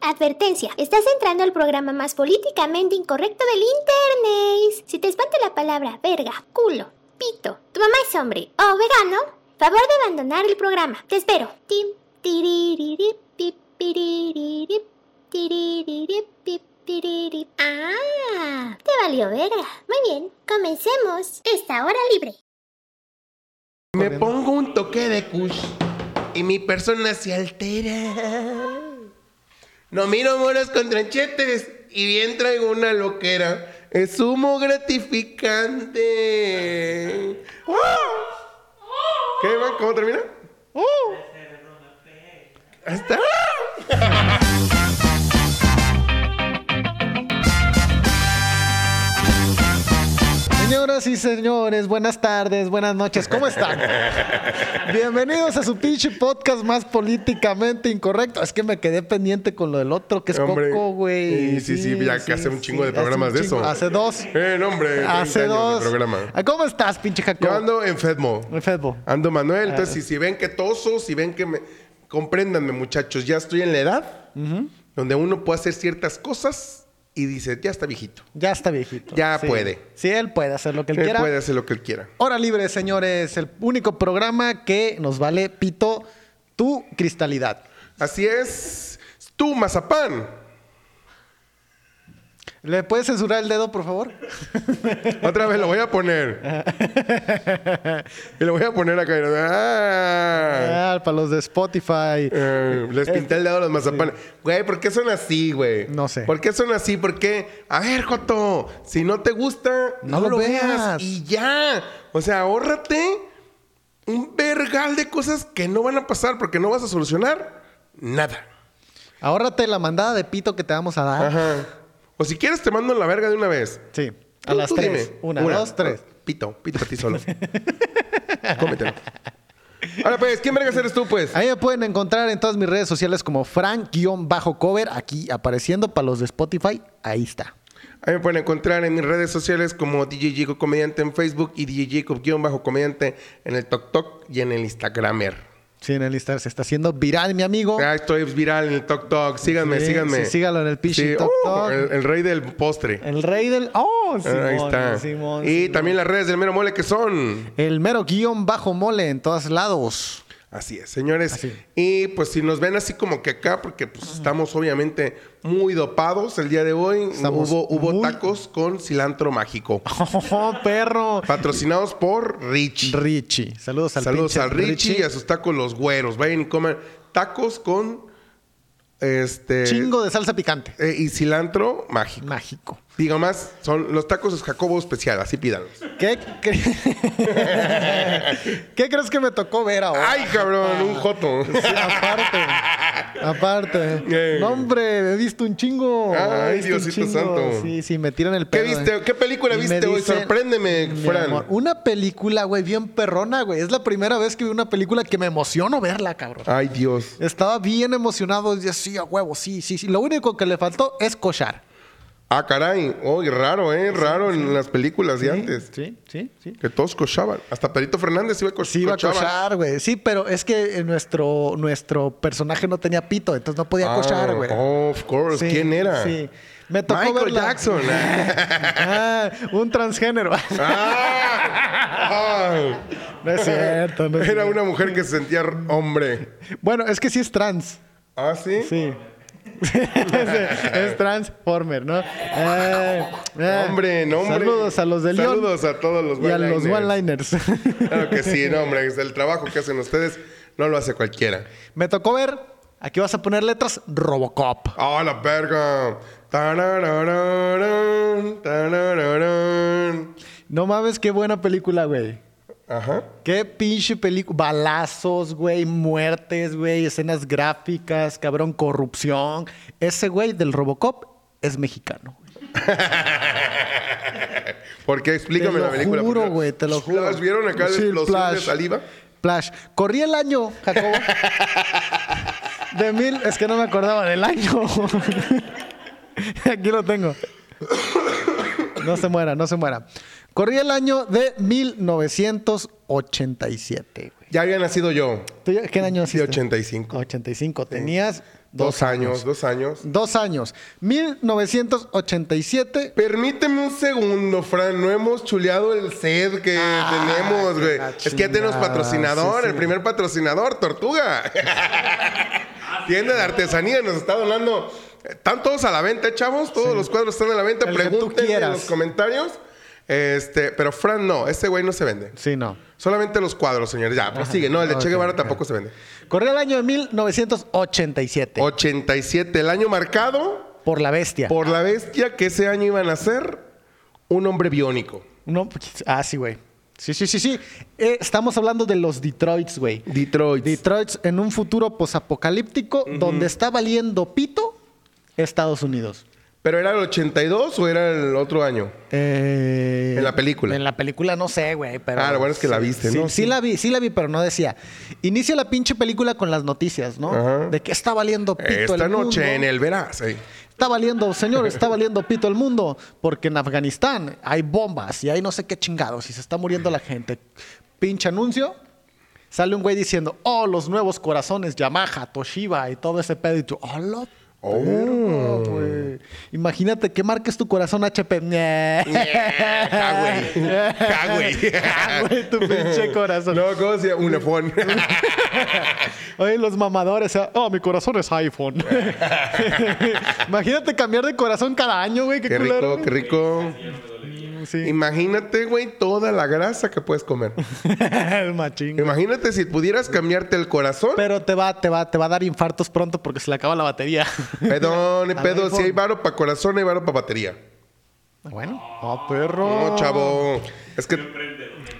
Advertencia, estás entrando al programa más políticamente incorrecto del internet. Si te espanta la palabra verga, culo, pito, tu mamá es hombre o vegano, favor de abandonar el programa. Te espero. Tim, tiririri, pip, piririri, tiririri, pip, tiririri. Ah, te valió verga. Muy bien, comencemos. Esta hora libre. Me pongo un toque de kush y mi persona se altera. No miro moras con tranchetes y bien traigo una loquera. Es humo gratificante. ¡Uh! ¡Ah! ¿Qué, man? ¿Cómo termina? ¡Uh! ¡Hasta! Señoras y señores, buenas tardes, buenas noches, ¿cómo están? Bienvenidos a su pinche podcast más políticamente incorrecto. Es que me quedé pendiente con lo del otro, que es Hombre. Coco, güey. Y sí, sí, ya que hace un chingo de hace un programas de chingo. eso. Hace dos. Eh, no, hombre. 30 Hace años de dos. programa. Ah, ¿Cómo estás, pinche Jacob? Yo ando enfermo. Enfermo. Ando Manuel. Entonces, si, si ven que toso, si ven que me. Compréndanme, muchachos. Ya estoy en la edad donde uno puede hacer ciertas cosas y dice, ya está viejito. Ya está viejito. Ya Sí. puede. Sí, él puede hacer lo que él, Él quiera. puede hacer lo que él quiera. Hora libre, señores. El único programa que nos vale pito tu cristalidad. Así es. Tú, mazapán. ¿Le puedes censurar el dedo, por favor? Otra vez lo voy a poner. Y lo voy a poner acá. Ah. Ah, para los de Spotify. Eh, les pinté el dedo a los mazapanes. Güey, ¿por qué son así, güey? No sé. ¿Por qué son así? ¿Por qué? A ver, Joto, si no te gusta, no, No lo, lo veas. veas. Y ya. O sea, ahórrate un vergal de cosas que no van a pasar porque no vas a solucionar nada. Ahórrate la mandada de pito que te vamos a dar. Ajá. O si quieres, te mando la verga de una vez. Sí. A Tú- las tú tres. dime. Una, dos, tres. Pito, pito para ti solo. Cómetelo. Ahora pues, ¿quién vergas eres tú, pues? Ahí me pueden encontrar en todas mis redes sociales como Frank-cover, aquí apareciendo para los de Spotify. Ahí está. Ahí me pueden encontrar en mis redes sociales como DJ Jacob Comediante en Facebook y DJ Jacob-Comediante en el TokTok y en el Instagramer. Sí, en el Instagram se está haciendo viral, mi amigo. Ah, estoy viral en el TokTok. Síganme, Sí, síganme. sí, sígalo en el pinche Sí, Tok uh, Tok. el, el rey del postre. El rey del... ¡Oh! Simón, Ah, Ahí está. Simón, y Simón. también las redes del mero mole que son. El mero guión bajo mole en todos lados. Así es, señores. Así. Y pues si nos ven así como que acá, porque pues estamos obviamente muy dopados el día de hoy. Estamos hubo hubo muy- tacos con cilantro mágico. ¡Oh, perro! Patrocinados por Rich. Richie. Saludos al Saludos pinche a Richie, y a sus tacos los güeros. Vayan y coman tacos con este Chingo de salsa picante. eh, y cilantro mágico. Mágico. Digo más, son los tacos es Jacobo especial, así pídanlos. ¿Qué, cre- ¿Qué crees que me tocó ver ahora? Ay, cabrón, un joto. Sí, aparte. Aparte. Eh. No, hombre, he visto un chingo. Ay, he visto un Diosito chingo. santo. Sí, sí, me tiran el ¿Qué pedo. viste? eh. ¿Qué película Y me viste hoy? dicen, Sorpréndeme, mi Fran. amor, una película, güey, bien perrona, güey. Es la primera vez que vi una película que me emociono verla, cabrón. Ay, Dios. Estaba bien emocionado. Decía, sí, a huevo, sí, sí, sí. Lo único que le faltó es cochar. Ah, caray. Oye, raro, ¿eh? Raro en las películas de antes. Sí, sí, sí. Que todos cochaban. Hasta Perito Fernández iba a co- Sí, iba a cochaba. cochar, güey. Sí, pero es que eh, nuestro, nuestro personaje no tenía pito, entonces no podía Ah, cochar, güey. of course. Sí, Pues, ¿Quién era? Sí. Me tocó Michael verla. Jackson. Ah, un transgénero. Ah. Ay. no es cierto. no es Era cierto. una mujer que se sentía hombre. Bueno, es que sí es trans. ¿Ah, sí? Sí. Sí, es transformer, ¿no? Eh, eh. Hombre, no, hombre. Saludos a los del León. Saludos a todos los Y a los one-liners. one-liners. Claro que sí, no, hombre. El trabajo que hacen ustedes no lo hace cualquiera. Me tocó ver, aquí vas a poner letras, Robocop. ¡Ah, la verga! Tarararán, tarararán. No mames, qué buena película, güey. Ajá. Qué pinche película. Balazos, güey, muertes, güey, escenas gráficas, cabrón, corrupción. Ese güey del Robocop es mexicano. güey. ¿Por qué? Explícame Te lo la película. juro, porque- güey, te lo juro. ¿Las vieron acá Sí, la explosión de Flash. saliva? Flash. Corrí el año, Jacobo. De mil, es que no me acordaba del año. Aquí lo tengo. No se muera, no se muera. Corrí el año de 1987. güey. Ya había nacido yo. ¿Tú ya- ¿Qué año Sí, naciste? 85. 85. Tenías Dos años, dos años. Dos años. 1987. Permíteme un segundo, Fran. No hemos chuleado el set que tenemos, güey. Ah, la Es que ya tenemos chingada, patrocinador, sí, el primer patrocinador, Tortuga. Tienda de artesanía nos está donando. eh, Están todos a la venta, eh, chavos. Todos los cuadros están a la venta. El que tú Pregúntenle en quieras. los comentarios. Este, pero Fran no, este güey no se vende. Sí, no. Solamente los cuadros, señores. Ya, prosigue. No, el de Che ok, Guevara ajá. tampoco se vende. Corría el año de 1987. 87, el año marcado por la bestia. por la bestia que ese año iban a ser un hombre biónico. No, ah, sí, güey. Sí, sí, sí, sí. Eh, estamos hablando de los Detroits, güey. Detroit. Detroit en un futuro posapocalíptico donde está valiendo pito Estados Unidos. ¿Pero era el 82 o era el otro año? Eh, En la película. En la película no sé, güey, pero... Ah, lo bueno es que la sí, viste, sí, ¿no? Sí, Sí. la vi, sí la vi, pero no decía. Inicia la pinche película con las noticias, ¿no? Ajá. De que está valiendo pito el Esta noche mundo. en el Verás. eh. Está valiendo, señor, está valiendo pito el mundo, porque en Afganistán hay bombas y hay no sé qué chingados y se está muriendo la gente. Pinche anuncio. Sale un güey diciendo, oh, los nuevos corazones, Yamaha, Toshiba y todo ese pedo. Y tú, oh, la Oh. perra, güey". Imagínate que marques tu corazón HP. Ñe. Ja, güey. Ja, güey. Ja, güey, tu pinche corazón. No, ¿cómo se llama? Unifón. Oye, los mamadores, ah, oh, mi corazón es iPhone. Imagínate cambiar de corazón cada año, güey, qué, qué culero. rico, qué rico. Sí. Imagínate, güey, toda la grasa que puedes comer. El machín. Imagínate si pudieras cambiarte el corazón. Pero te va, te va, te va a dar infartos pronto porque se le acaba la batería. Pedón, y Al pedo. Si iPhone. hay varo para corazón, hay varo para batería. bueno. Oh, perro. No, chavo. Es que.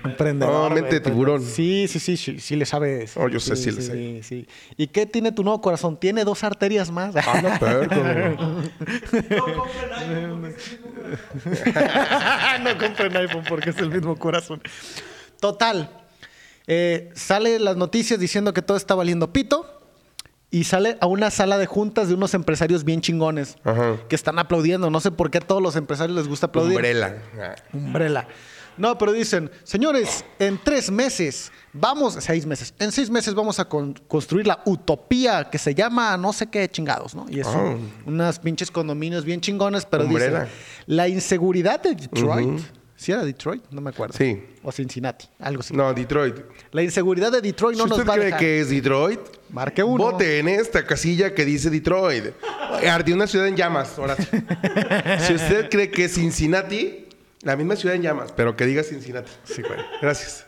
Emprendedor. No, güey, mente de emprendedor. tiburón. Sí, sí, sí, sí, sí le sabes. Oh, yo sé, sí le sí, sé. sí, sí. ¿Y qué tiene tu nuevo corazón? Tiene dos arterias más. Ah, no, perro. no compren iPhone porque es el mismo corazón. Total. eh, sale las noticias diciendo que todo está valiendo pito. Y sale a una sala de juntas de unos empresarios bien chingones Ajá. que están aplaudiendo. No sé por qué a todos los empresarios les gusta aplaudir. Umbrella. Ah. Umbrella. No, pero dicen, señores, en tres meses vamos, seis meses, en seis meses vamos a con- construir la utopía que se llama no sé qué chingados, ¿no? Y es un- unas pinches condominios bien chingones, pero Ah. Umbrella. dicen, la inseguridad de Detroit, si era Detroit, no me acuerdo. Sí. O Cincinnati, algo así. No, Detroit. La inseguridad de Detroit no si nos usted va a cree dejar. que es Detroit, Marque uno. vote en esta casilla que dice Detroit. Ardió una ciudad en llamas, ahora sí. si usted cree que es Cincinnati, la misma ciudad en llamas, pero que diga Cincinnati. Sí, güey. Gracias.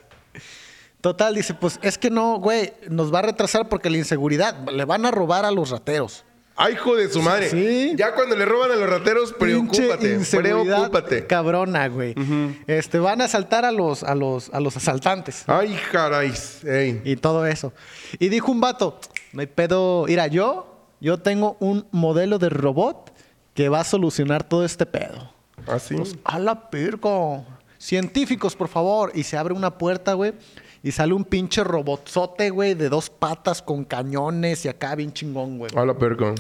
Total, dice, pues es que no, güey, nos va a retrasar porque la inseguridad, le van a robar a los rateros. Ay, hijo de su madre. Sí. Ya cuando le roban a los rateros, Pinche preocúpate. inseguridad Preocúpate. Cabrona, güey. Este van a asaltar a los a los a los asaltantes Ay, caray. Ey. y todo eso. Y dijo un vato, "No hay pedo, mira, yo yo tengo un modelo de robot que va a solucionar todo este pedo." Así. A la pirco. Científicos, por favor, y se abre una puerta, güey. Y sale un pinche robotzote, güey, de dos patas con cañones y acá bien chingón, güey Hola, perco.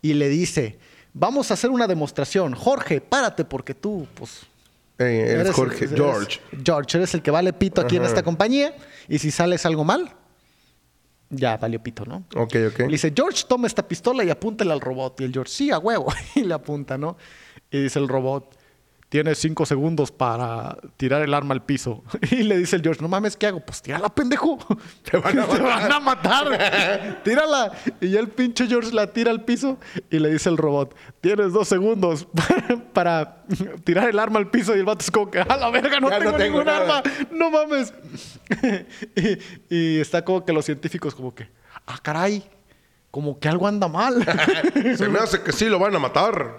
y le dice, vamos a hacer una demostración. Jorge, párate porque tú, pues... Ey, eres eres- Jorge. eres- George. George, eres el que vale pito aquí en esta compañía. Y si sales algo mal, ya valió pito, ¿no? Ok, ok. Le dice, George, toma esta pistola y apúntale al robot. Y el George, sí, a huevo. Y le apunta, ¿no? Y dice el robot, tienes cinco segundos para tirar el arma al piso. Y le dice el George, no mames, ¿qué hago? Pues tírala, pendejo. Te van a matar. van a matar. tírala. Y ya el pinche George la tira al piso y le dice el robot, tienes dos segundos para, para tirar el arma al piso. Y el vato es como que, a la verga, no Ya no tengo tengo ningún nada". arma. No mames. y, y está como que los científicos como que, ah, caray, como que algo anda mal. Se me hace que sí lo van a matar.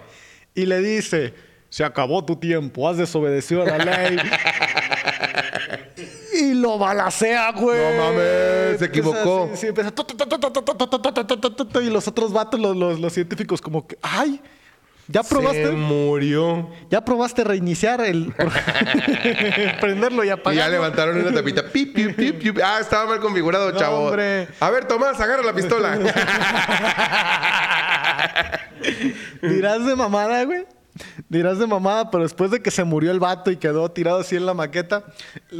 y le dice, se acabó tu tiempo, has desobedecido a la ley. y lo balacea, güey. No mames, se Empieza equivocó. Pues así, sí, empieza, tu, tu, tu, tu, tu, tu, tu, tu, tu, tu, tu, tu, tu, Y los otros vatos, los, los- los científicos como que, ay, ¿ya Se probaste? murió. ¿Ya probaste reiniciar el... prenderlo y Y apagarlo? ya levantaron una tapita. Pip, pip, pip, pip. Ah, estaba mal configurado, No, chavo. hombre. A ver, Tomás, agarra la pistola. Dirás de mamada, güey. Dirás de mamada, pero después de que se murió el vato y quedó tirado así en la maqueta,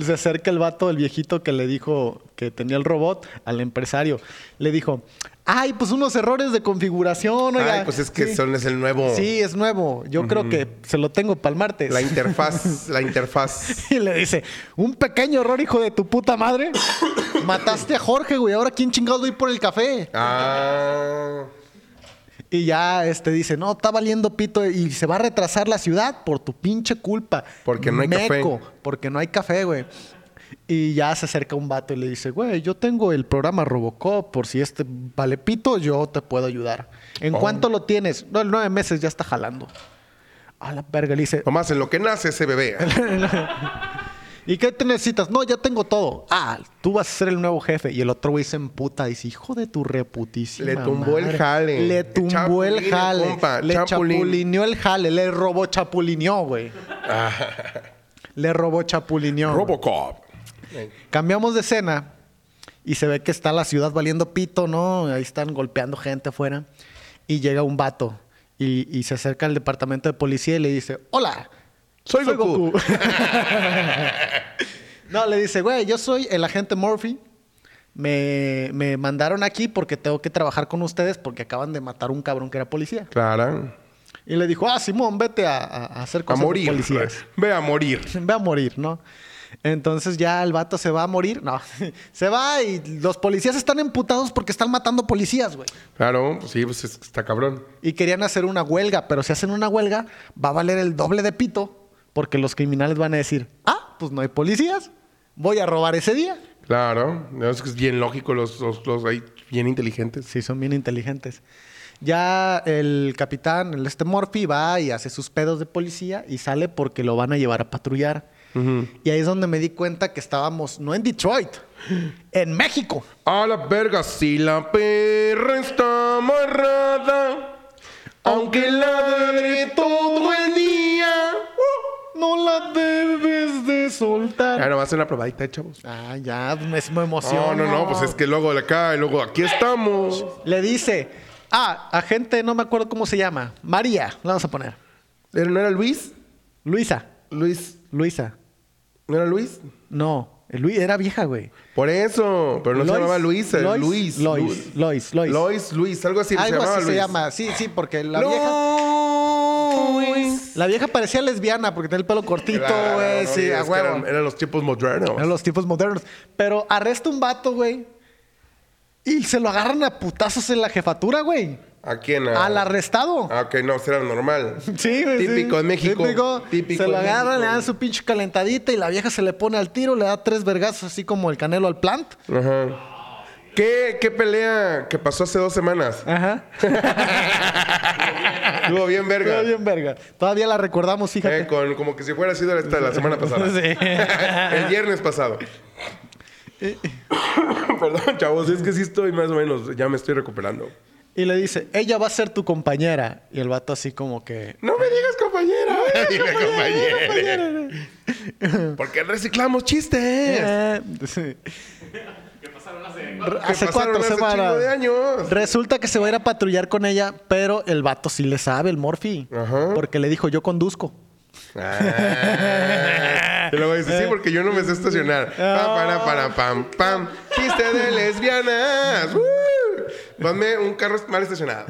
se acerca el vato, el viejito que le dijo que tenía el robot, al empresario. Le dijo, Ay, pues unos errores de configuración. Ay, oiga. pues es que Sí. son, es el nuevo. Sí, es nuevo. Yo creo que se lo tengo para el martes. La interfaz, la interfaz. y le dice, un pequeño error, hijo de tu puta madre. Mataste a Jorge, güey. Ahora quién chingados voy por el café. Ah. Y ya este dice, no, está valiendo pito y se va a retrasar la ciudad por tu pinche culpa. Porque no hay café. Porque no hay café, güey. Y ya se acerca un vato y le dice, güey, yo tengo el programa Robocop, por si este vale pito, yo te puedo ayudar. ¿En Oh. cuánto lo tienes? No, en nueve meses ya está jalando. A la verga, le dice, Nomás en lo que nace ese bebé. ¿Y qué te necesitas? No, ya tengo todo. Ah, tú vas a ser el nuevo jefe. Y el otro güey se emputa y dice, hijo de tu reputísima Le tumbó el madre". jale. Le tumbó el Chapulín, jale. compa, le chapulín. chapulineó el jale. Le robó chapulineó, güey. Ah. Le robó chapulineó. güey. Robocop. Cambiamos de escena y se ve que está la ciudad valiendo pito, ¿no? Ahí están golpeando gente afuera. Y llega un vato y, y se acerca al departamento de policía y le dice, hola, soy, Soy Goku. Goku. no, le dice, güey, yo soy el agente Murphy. Me, me mandaron aquí porque tengo que trabajar con ustedes porque acaban de matar un cabrón que era policía. Clara. Y le dijo, ah, Simón, vete a, a- a hacer A cosas de morir. pues. policías Ve a morir. va a morir, ¿no? Entonces ya el vato se va a morir, no, se va y los policías están emputados porque están matando policías, güey. Claro, pues sí, pues es- está cabrón. Y querían hacer una huelga, pero si hacen una huelga va a valer el doble de pito porque los criminales van a decir, ah, pues no hay policías, voy a robar ese día. Claro. No, Es que es bien lógico, los, los, los ahí bien inteligentes. Sí, son bien inteligentes. Ya el capitán, el este Morphy, va y hace sus pedos de policía y sale porque lo van a llevar a patrullar. Ujú. Y ahí es donde me di cuenta que estábamos no en Detroit, en México. A la verga, si la perra está amarrada, aunque ladre todo el día. No la debes de Ya soltar. nomás una probadita, eh, chavos. Ah, ya, me, me No, emociono. no, no, pues es que luego de acá y luego aquí estamos. Le dice, ah, agente, no me acuerdo cómo se llama. María, la vamos a poner. ¿Pero no era Luis? Luisa, Luis, Luisa. ¿no era Luis? No, Luis era vieja, güey. Por eso, pero no se Lois, llamaba Luis, eh, Lois, Luis. Lois, Lois, Lois. Lois, Luis, algo así se Algo llamaba así Luis. se llama, sí, sí, porque la vieja... Luis. La vieja parecía lesbiana porque tenía el pelo cortito, Claro, güey. no, eh, sí, es a que huevo. Eran, eran los tiempos modernos. Eran los tipos modernos. Pero arresta un vato, güey. Y se lo agarran a putazos en la jefatura, güey. ¿A quién? A- Al arrestado. Ah, ok, no, será normal. Oh. Sí, güey. sí. Típico en México. Típico. Típico se lo en agarran, México. le dan su pinche calentadita y la vieja se le pone al tiro, le da tres vergazos, así como el canelo al plant. Ajá. ¿Qué, ¿Qué pelea que pasó hace dos semanas? Ajá. Estuvo bien verga. Todo bien verga. Todavía la recordamos, fíjate. Eh, con, como que si fuera sido esta la semana pasada. Sí. Eh. El viernes pasado. Perdón, chavos, es que sí estoy más o menos, ya me estoy recuperando. Y le dice, ella va a ser tu compañera. Y el vato así como que... No me digas compañera. Dime compañera. Porque reciclamos chistes. Eh, sí. Hace pasaron cuatro hace chingo semanas. de años. Resulta que se va a ir a patrullar con ella, pero el vato sí le sabe, el Morphy. Ajá. Porque le dijo, yo conduzco. Ah. Y luego dice, sí, porque yo no me sé estacionar. Ah. Pam, para, para, pam, pam. Chiste de lesbianas. Uh. Ponme un carro mal estacionado.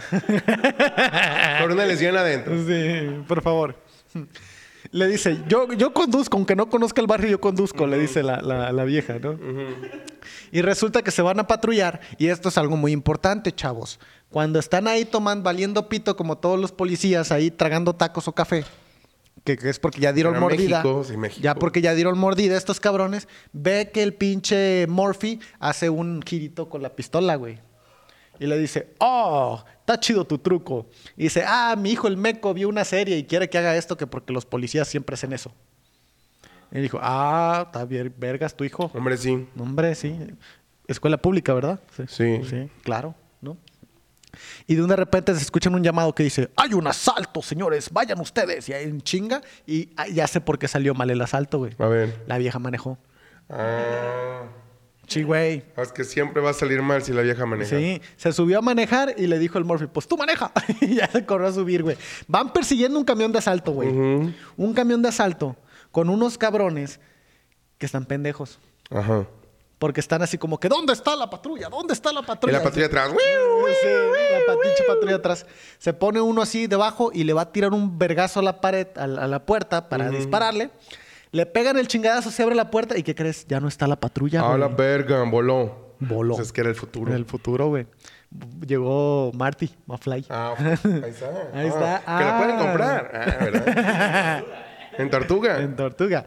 Con una lesbiana adentro. Sí, por favor. Le dice, yo, yo conduzco, aunque no conozca el barrio, yo conduzco, le dice la, la- la vieja, ¿no? Y resulta que se van a patrullar, y esto es algo muy importante, chavos. Cuando están ahí tomando, valiendo pito, como todos los policías, ahí tragando tacos o café, que, que es porque ya dieron Era mordida. México, sí, México. Ya porque ya dieron mordida estos cabrones, ve que el pinche Murphy hace un girito con la pistola, güey. Y le dice, oh, está chido tu truco. Y dice, ah, mi hijo el meco vio una serie y quiere que haga esto que porque los policías siempre hacen eso. Y dijo, ah, está bien, vergas tu hijo. Hombre, sí. No, Hombre, sí. Escuela pública, ¿verdad? Sí. Sí, claro, ¿no? Y de un de repente se escuchan un llamado que dice, hay un asalto, señores, vayan ustedes. Y ahí en chinga. Y ah, ya sé por qué salió mal el asalto, güey. A ver. La vieja manejó. Ah. Sí, güey. Es que siempre va a salir mal si la vieja maneja. Sí, se subió a manejar y le dijo el Murphy, pues tú maneja. y ya se corrió a subir, güey. Van persiguiendo un camión de asalto, güey. Ujú. Un camión de asalto con unos cabrones que están pendejos. Ajá. Porque están así como que, ¿dónde está la patrulla? ¿Dónde está la Y patrulla? la patrulla atrás. ¡wiu! Sí, la pa- pinche patrulla atrás. Se pone uno así debajo y le va a tirar un vergazo a la pared, a la, a la puerta para dispararle. Le pegan el chingadazo, se abre la puerta y ¿qué crees? Ya no está la patrulla. A Ah, la güey. verga, voló. Voló. Pues es que era el futuro. En el futuro, güey. Llegó Marty, Mafly. Ah, ahí está. Ahí está. Que la pueden Ah. comprar. Ah, ¿verdad? en tortuga. En Tortuga.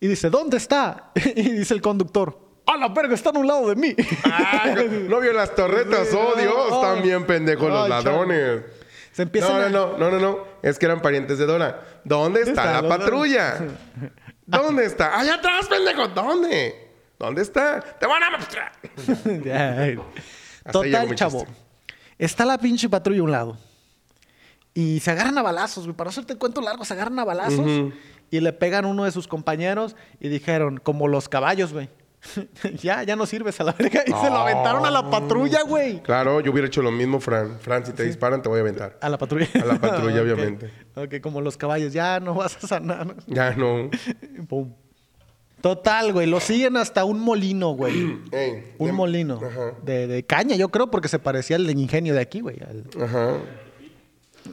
Y dice, ¿dónde está? Y dice el conductor, ¡a la verga! Están a un lado de mí. Ah, no vio las torretas, Sí, oh no, Dios, no. están bien pendejos los Ay, ladrones. Se empiezan No, a- no, no, no, no, no, es que eran parientes de Dora. ¿Dónde está, está la Dora? patrulla? ¿Dónde está? Allá atrás, pendejo, ¿dónde? ¿Dónde está? Te van a mostrar. Ya, eh. Hasta ahí llegó Total, mi chavo. chiste. Está la pinche patrulla a un lado. Y se agarran a balazos, güey. Para no hacerte el cuento largo, se agarran a balazos. Y le pegan uno de sus compañeros. Y dijeron, como los caballos, güey. ya, ya no sirves a la verga. Y Ah. se lo aventaron a la patrulla, güey. Claro, yo hubiera hecho lo mismo, Fran. Fran, si te disparan, te voy a aventar. A la patrulla. A la patrulla, Ok. obviamente. Ok, como los caballos. Ya no vas a sanar. Ya no. Pum. Total, güey. Lo siguen hasta un molino, güey. Ey, Un de- molino. Ajá. De, de caña, yo creo, porque se parecía al de ingenio de aquí, güey. al- Ajá.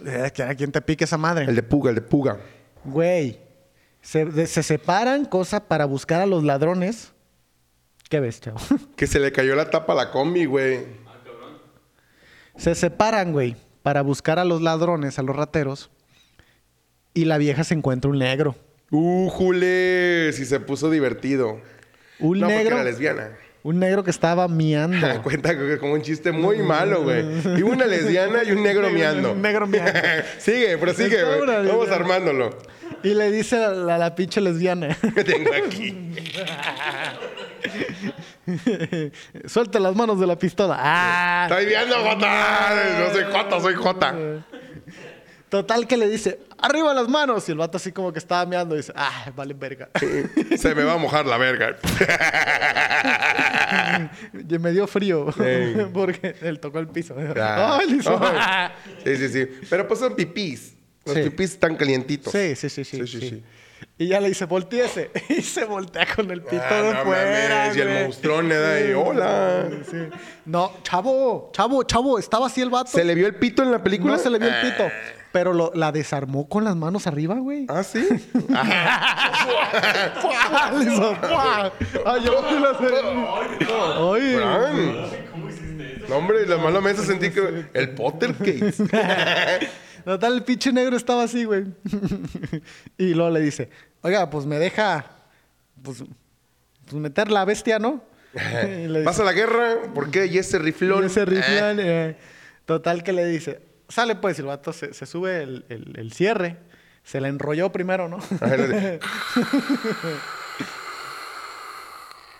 Eh, que ¿A quién te pique esa madre? El de Puga, el de Puga. Güey. Se, de- se separan cosa para buscar a los ladrones. ¿Qué ves, chavo? Que se le cayó la tapa a la combi, güey. se separan, güey, para buscar a los ladrones, a los rateros. Y la vieja se encuentra un negro. ¡Újule! Uh, Si se puso divertido. Un no, porque negro. era lesbiana. Un negro que estaba miando. Cuenta que- como un chiste muy Mm. malo, güey. Y una lesbiana y un negro miando. Un negro miando. sigue, prosigue, Está güey. una Vamos lesbiana. armándolo. Y le dice a la, a la pinche lesbiana. ¿Qué tengo aquí? Suelta las manos de la pistola. ¡Ah! ¡Estoy viendo, Jota! No soy Jota, soy Jota. Total que le dice, arriba las manos. Y el vato así como que estaba meando. Dice, ah, vale verga. Se me va a mojar la verga. Y me dio frío. Ey. Porque él tocó el piso. Ya. Ay, le hizo- Ay. Sí, sí, sí. Pero pues son pipís. Los Sí. pipís están calientitos. Sí, sí, sí, sí, Sí, sí, sí. sí. Y ya le dice, volteese. Y se voltea con el pito Ah, de no fuera. mames, y el güey. monstruón le da y, Sí, "Hola". sí, sí. No, chavo, chavo, chavo. Estaba así el vato. ¿Se le Ah. vio el pito en la película? No se le vio el pito. Pero lo- la desarmó con las manos arriba, güey. Ah, sí. ¡Fua! Le hizo, ¡fua! Ay, yo no la sé. Ay. Fran. No, hombre, la mala mesa sentí que. El Potter Case. Total, el pinche negro estaba así, güey. y luego le dice, oiga, pues me deja, pues, pues meter la bestia, ¿no? y le ¿Vas dice, a la guerra? ¿Por qué? Y ese riflón. "Y ese Ah, rifle, eh". Total, que le dice, sale pues, y el vato se, se sube el, el- el cierre. Se la enrolló primero, ¿no? Eh. Ajá, le dice,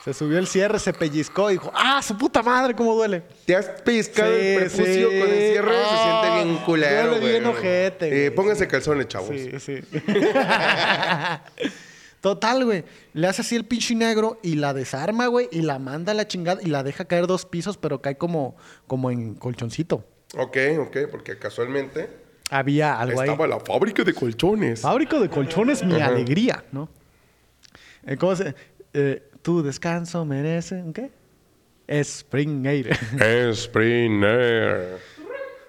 se subió el cierre, se pellizcó y dijo, ¡ah, su puta madre, cómo duele! ¿Te has pellizcado el Sí, prepucio sí. con el cierre? Ah, se siente bien culero. duele güey. bien ojete, Eh, güey. pónganse calzones, chavos. Sí, sí. Total, güey. Le hace así el pinche negro y la desarma, güey, y la manda a la chingada y la deja caer dos pisos, pero cae como, como en colchoncito. Ok, ok, porque casualmente Había algo ahí. estaba la fábrica de colchones. Fábrico de colchones, mi Ajá. alegría, ¿no? Eh, ¿Cómo se...? eh, tu descanso merece... ¿un ¿Qué? Spring Air. Springer.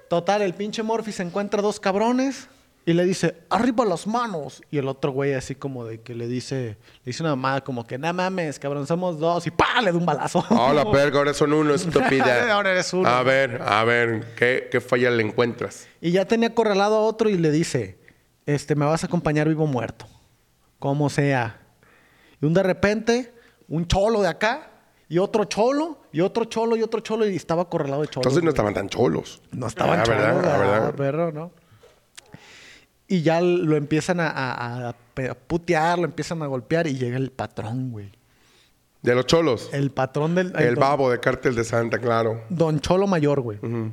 Total, el pinche Morphy se encuentra dos cabrones y le dice, arriba las manos. Y el otro güey así como de que le dice, le dice una mamada como que, no mames, cabrón, somos dos. Y ¡pa! Le da un balazo. Hola, verga, ahora son uno, estúpida. Ahora eres uno. A ver, a ver, ¿qué, qué falla le encuentras? Y ya tenía acorralado a otro y le dice, este, me vas a acompañar vivo o muerto. Como sea. Y un de repente, un cholo de acá y otro cholo y otro cholo y otro cholo y estaba acorralado de cholo. Entonces no estaban tan cholos. No estaban Ah, cholos, ¿verdad? Ah, ah, ¿verdad? perro, ¿no? Y ya lo empiezan a, a- a pe- a putear, lo empiezan a golpear y llega el patrón, güey. De los cholos. El patrón del... El don- babo Mm. de Cártel de Santa, claro. Don Cholo Mayor, güey. Ujú.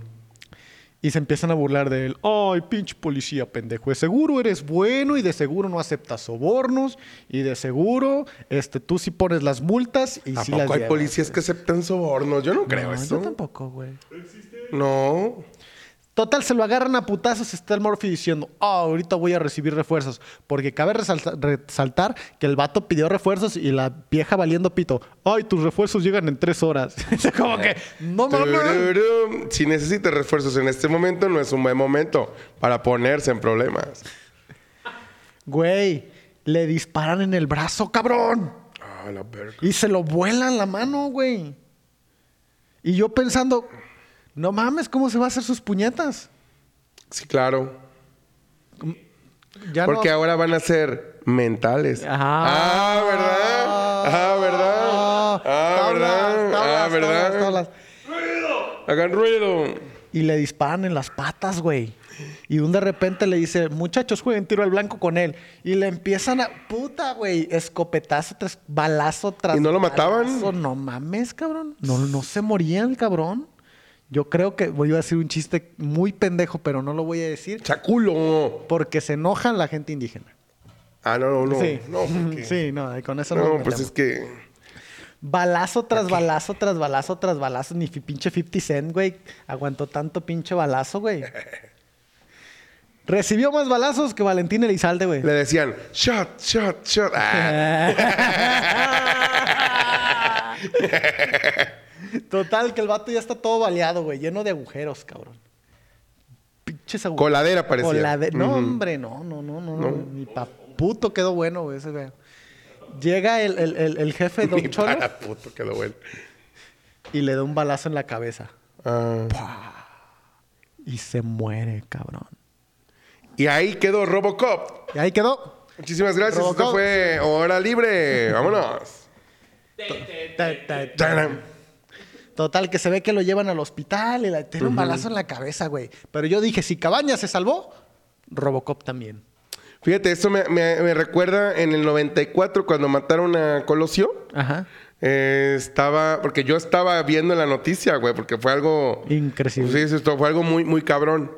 Y se empiezan a burlar de él. Ay, pinche policía, pendejo. De seguro eres bueno y de seguro no aceptas sobornos. Y de seguro este, tú sí pones las multas y ¿A sí las poco hay llevas. policías que aceptan sobornos? Yo no creo No, eso. yo tampoco, güey. No. Total, se lo agarran a putazos y está el Murphy diciendo, ah, ahorita voy a recibir refuerzos. Porque cabe resalta- resaltar que el vato pidió refuerzos y la vieja valiendo pito, ay, tus refuerzos llegan en tres horas. Como que, no mames. Tururum. Si necesitas refuerzos en este momento, no es un buen momento para ponerse en problemas. Güey, le disparan en el brazo, cabrón. Ah, la verga. Y se lo vuelan la mano, güey. Y yo pensando, no mames, ¿cómo se va a hacer sus puñetas? Sí, claro. Ya Porque no- ahora van a ser mentales. Ah. Ah, ¿verdad? Ah, ¿verdad? Ah, Tablas, ¿verdad? Ah, tablas, ¿verdad? tablas, tablas. Hagan ruido. Y le disparan en las patas, güey. Y un de repente le dice, muchachos, jueguen tiro al blanco con él. Y le empiezan a. Puta, güey. Escopetazo tras balazo tras. ¿Y no lo mataban? balazo. No mames, cabrón. No, no se moría el cabrón. Yo creo que voy a decir un chiste muy pendejo, pero no lo voy a decir. Chaculo. Porque se enoja la gente indígena. Ah, no, no, no. sí. No, porque- sí, no, con eso no. no, nos pues metemos. es que. Balazo tras balazo tras balazo tras balazo. Ni fi- pinche 50 Cent, güey. Aguantó tanto pinche balazo, güey. Recibió más balazos que Valentín Elizalde, güey. Le decían, shot, shot, shot. Ah. Total, que el vato ya está todo baleado, güey. Lleno de agujeros, cabrón. Pinches agujeros. Coladera parecía. Colade- No, Ujú. hombre, no, no, no, no. no. Ni pa' puto quedó bueno, güey. Ese, güey. Llega el, el- el- el jefe Don Ni Cholo para puto, quedó bueno. y le da un balazo en la cabeza. Ah. Y se muere, cabrón. Y ahí quedó Robocop. Y ahí quedó. Muchísimas gracias. Esto Robocop. fue Hora Libre. Vámonos. Ta- ta- ta- Tarán. Total, que se ve que lo llevan al hospital y le tiene un balazo en la cabeza, güey. Pero yo dije, si Cabaña se salvó, Robocop también. Fíjate, esto me, me- me recuerda en el 94 cuando mataron a Colosio. Ajá. Eh, estaba, porque yo estaba viendo la noticia, güey, porque fue algo. Increíble. Sí, sí, esto fue algo muy, muy cabrón.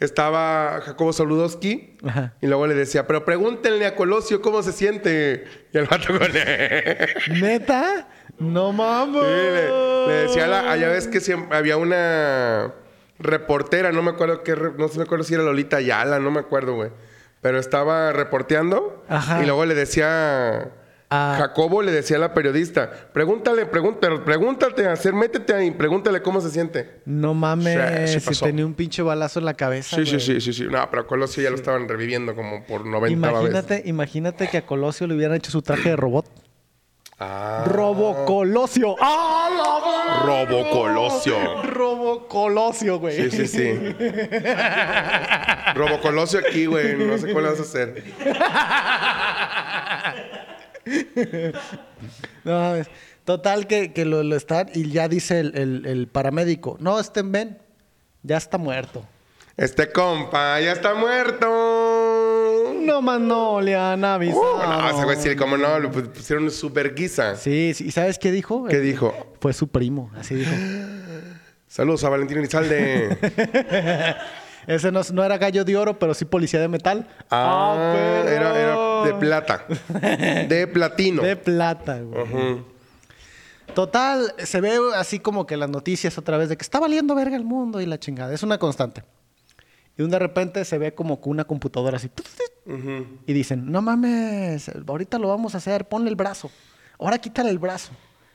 Estaba Jacobo Saludowski Ajá. y luego le decía, pero pregúntenle a Colosio cómo se siente. Y el vato con ¿Neta? No mames. Sí, le, le decía a la, allá ves que siempre había una reportera, no me acuerdo qué, re- no se me acuerdo si era Lolita Ayala, no me acuerdo, güey. Pero estaba reporteando Ajá. y luego le decía Ah. Jacobo le decía a la periodista, pregúntale, pregúntale, pregúntate, hacer, métete ahí, pregúntale cómo se siente. No Sí, sí mames. pasó. si tenía un pinche balazo en la cabeza. Sí, sí, güey. sí, sí, sí. No, pero Colosio ya lo estaban reviviendo como por 90 veces. Imagínate, imagínate que a Colosio le hubieran hecho su traje de robot. Ah. Robocolosio. ¡Ah, la verga! Robocolosio. Robocolosio, güey. Sí, sí, sí. Robocolosio aquí, güey. No sé cuál vas a hacer. No mames. Total, que, que lo, lo están y ya dice el, el- el paramédico: No, este Ben ya está muerto. Este compa ya está muerto. No más no le han Uh, avisado. no, ese güey sí, cómo no, le pus- pusieron super guisa. Sí, sí, ¿y sabes qué dijo? ¿Qué Eh, dijo? Fue su primo, así dijo. Saludos a Valentín Elizalde. Ese no, es- no era gallo de oro, pero sí policía de metal. Ah, perro. era, era de plata. De platino. De plata, güey. Ujú. Total, se ve así como que las noticias otra vez de que está valiendo verga el mundo y la chingada. Es una constante. Y un de repente se ve como que una computadora así. tut, tut, Ujú. Y dicen, no mames, ahorita lo vamos a hacer, ponle el brazo. Ahora quítale el brazo.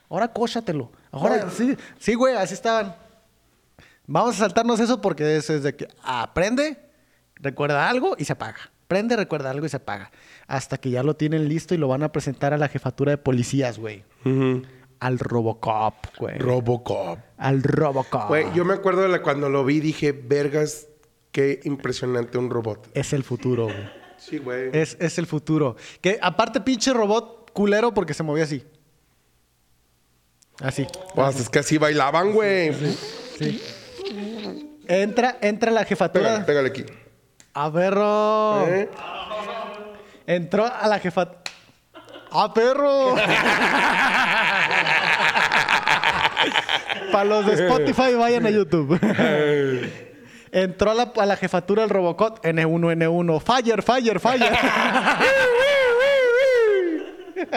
Ahora cóchatelo. Ahora, sí, sí, güey, así estaban. Vamos a saltarnos eso porque es, es de que aprende, recuerda algo y se apaga. Prende, recuerda algo y se apaga. Hasta que ya lo tienen listo y lo van a presentar a la jefatura de policías, güey. Ujú. Al Robocop, Eh. güey. Robocop. Al Robocop. Güey, yo me acuerdo de la- cuando lo vi, dije, vergas, qué impresionante un robot. Es el futuro, güey. Sí, güey. Es, es el futuro. Que aparte, pinche robot culero porque se movía así. Así. Pues, es que así bailaban, güey. Entra, entra la Pégale, jefatura. pégale aquí. A perro. ¿Eh? Entró a la jefatura. ¡A perro! Para los de Spotify, vayan a YouTube. Entró a la, a la jefatura del Robocop N1, N1. Fire, fire, fire.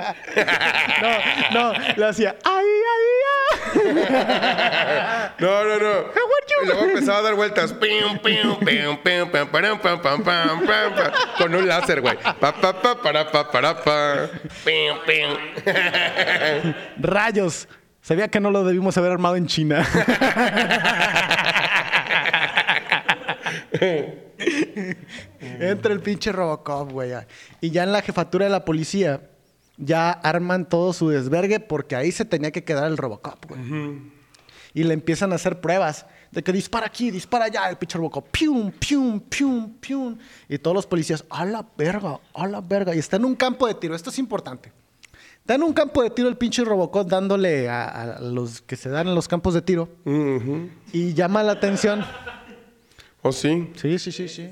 no, no, le hacía. ¡Ay, ay, ay! No, no, no. Y luego empezaba a dar vueltas. Pium, pium, pium, pium, pam, param, pam, pam, pam, pam, pam. Con un láser, güey. Pa, pa, pa, para, pa, para, pa. Pium, pium. Rayos. Sabía que no lo debimos haber armado en China. Entra el pinche Robocop, güey. ya. Y ya en la jefatura de la policía, ya arman todo su desvergue porque ahí se tenía que quedar el Robocop, güey. Y le empiezan a hacer pruebas de que dispara aquí, dispara allá, el pinche Robocop. Pium, pium, pium, pium. Y todos los policías, a la verga, a la verga. Y está en un campo de tiro. Esto es importante. Está en un campo de tiro el pinche Robocop dándole a, a los que se dan en los campos de tiro. Ujú. Y llama la atención. ¿O sí? Sí, sí, sí, sí.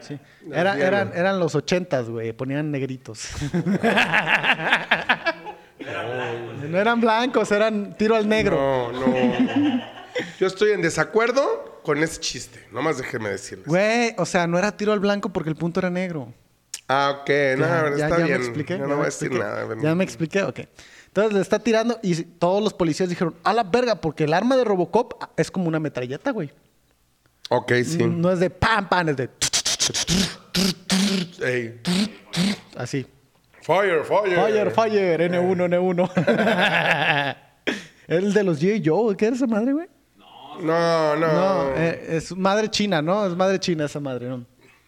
Sí. Era- eran, eran los ochentas, güey. Ponían negritos. No eran blancos, eran tiro al negro. No, no. Yo estoy en desacuerdo con ese chiste. Nomás déjeme decirles. Güey, o sea, no era tiro al blanco porque el punto era negro. Ah, ok. No, está bien. me expliqué. Yo no ya voy me a decir expliqué, nada. Ya me expliqué, ok. Entonces le está tirando y si- todos los policías dijeron, a la verga, porque el arma de Robocop ah, es como una metralleta, güey. Ok, sí. No es de pam, pam, es de Ey. así. Fire, fire. Fire, fire, N1, N1. el de los G.I. Joe, ¿qué era esa madre, güey? No, no. No, eh, es madre china, ¿no? Es madre china esa madre, ¿no?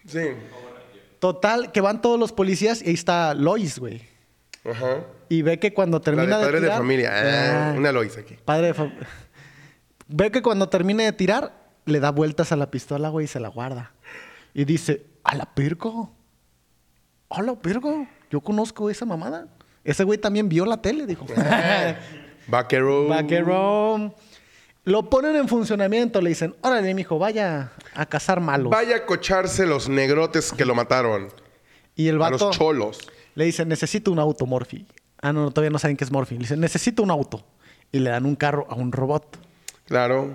Sí. Total, que van todos los policías y ahí está Lois, güey. Ajá. Y ve que La cuando de termina de padres de, tirar- familia. Ah, Ah, Una lo hice aquí. Padre de familia. Ve que cuando termine de tirar, le da vueltas a la pistola, güey, y se la guarda. Y dice, a la perco. A la perco. Yo conozco esa mamada. Ese güey también vio la tele, dijo. Vaquero. Vaquerón. Lo ponen en funcionamiento, le dicen, órale, mijo, vaya a cazar malos. Vaya a cocharse los negrotes que lo mataron. y el A vato los cholos. le dice, necesito un auto, Morphy. Ah, no, no, todavía no saben qué es Morphy. Le dicen, necesito un auto. Y le dan un carro a un robot. Claro.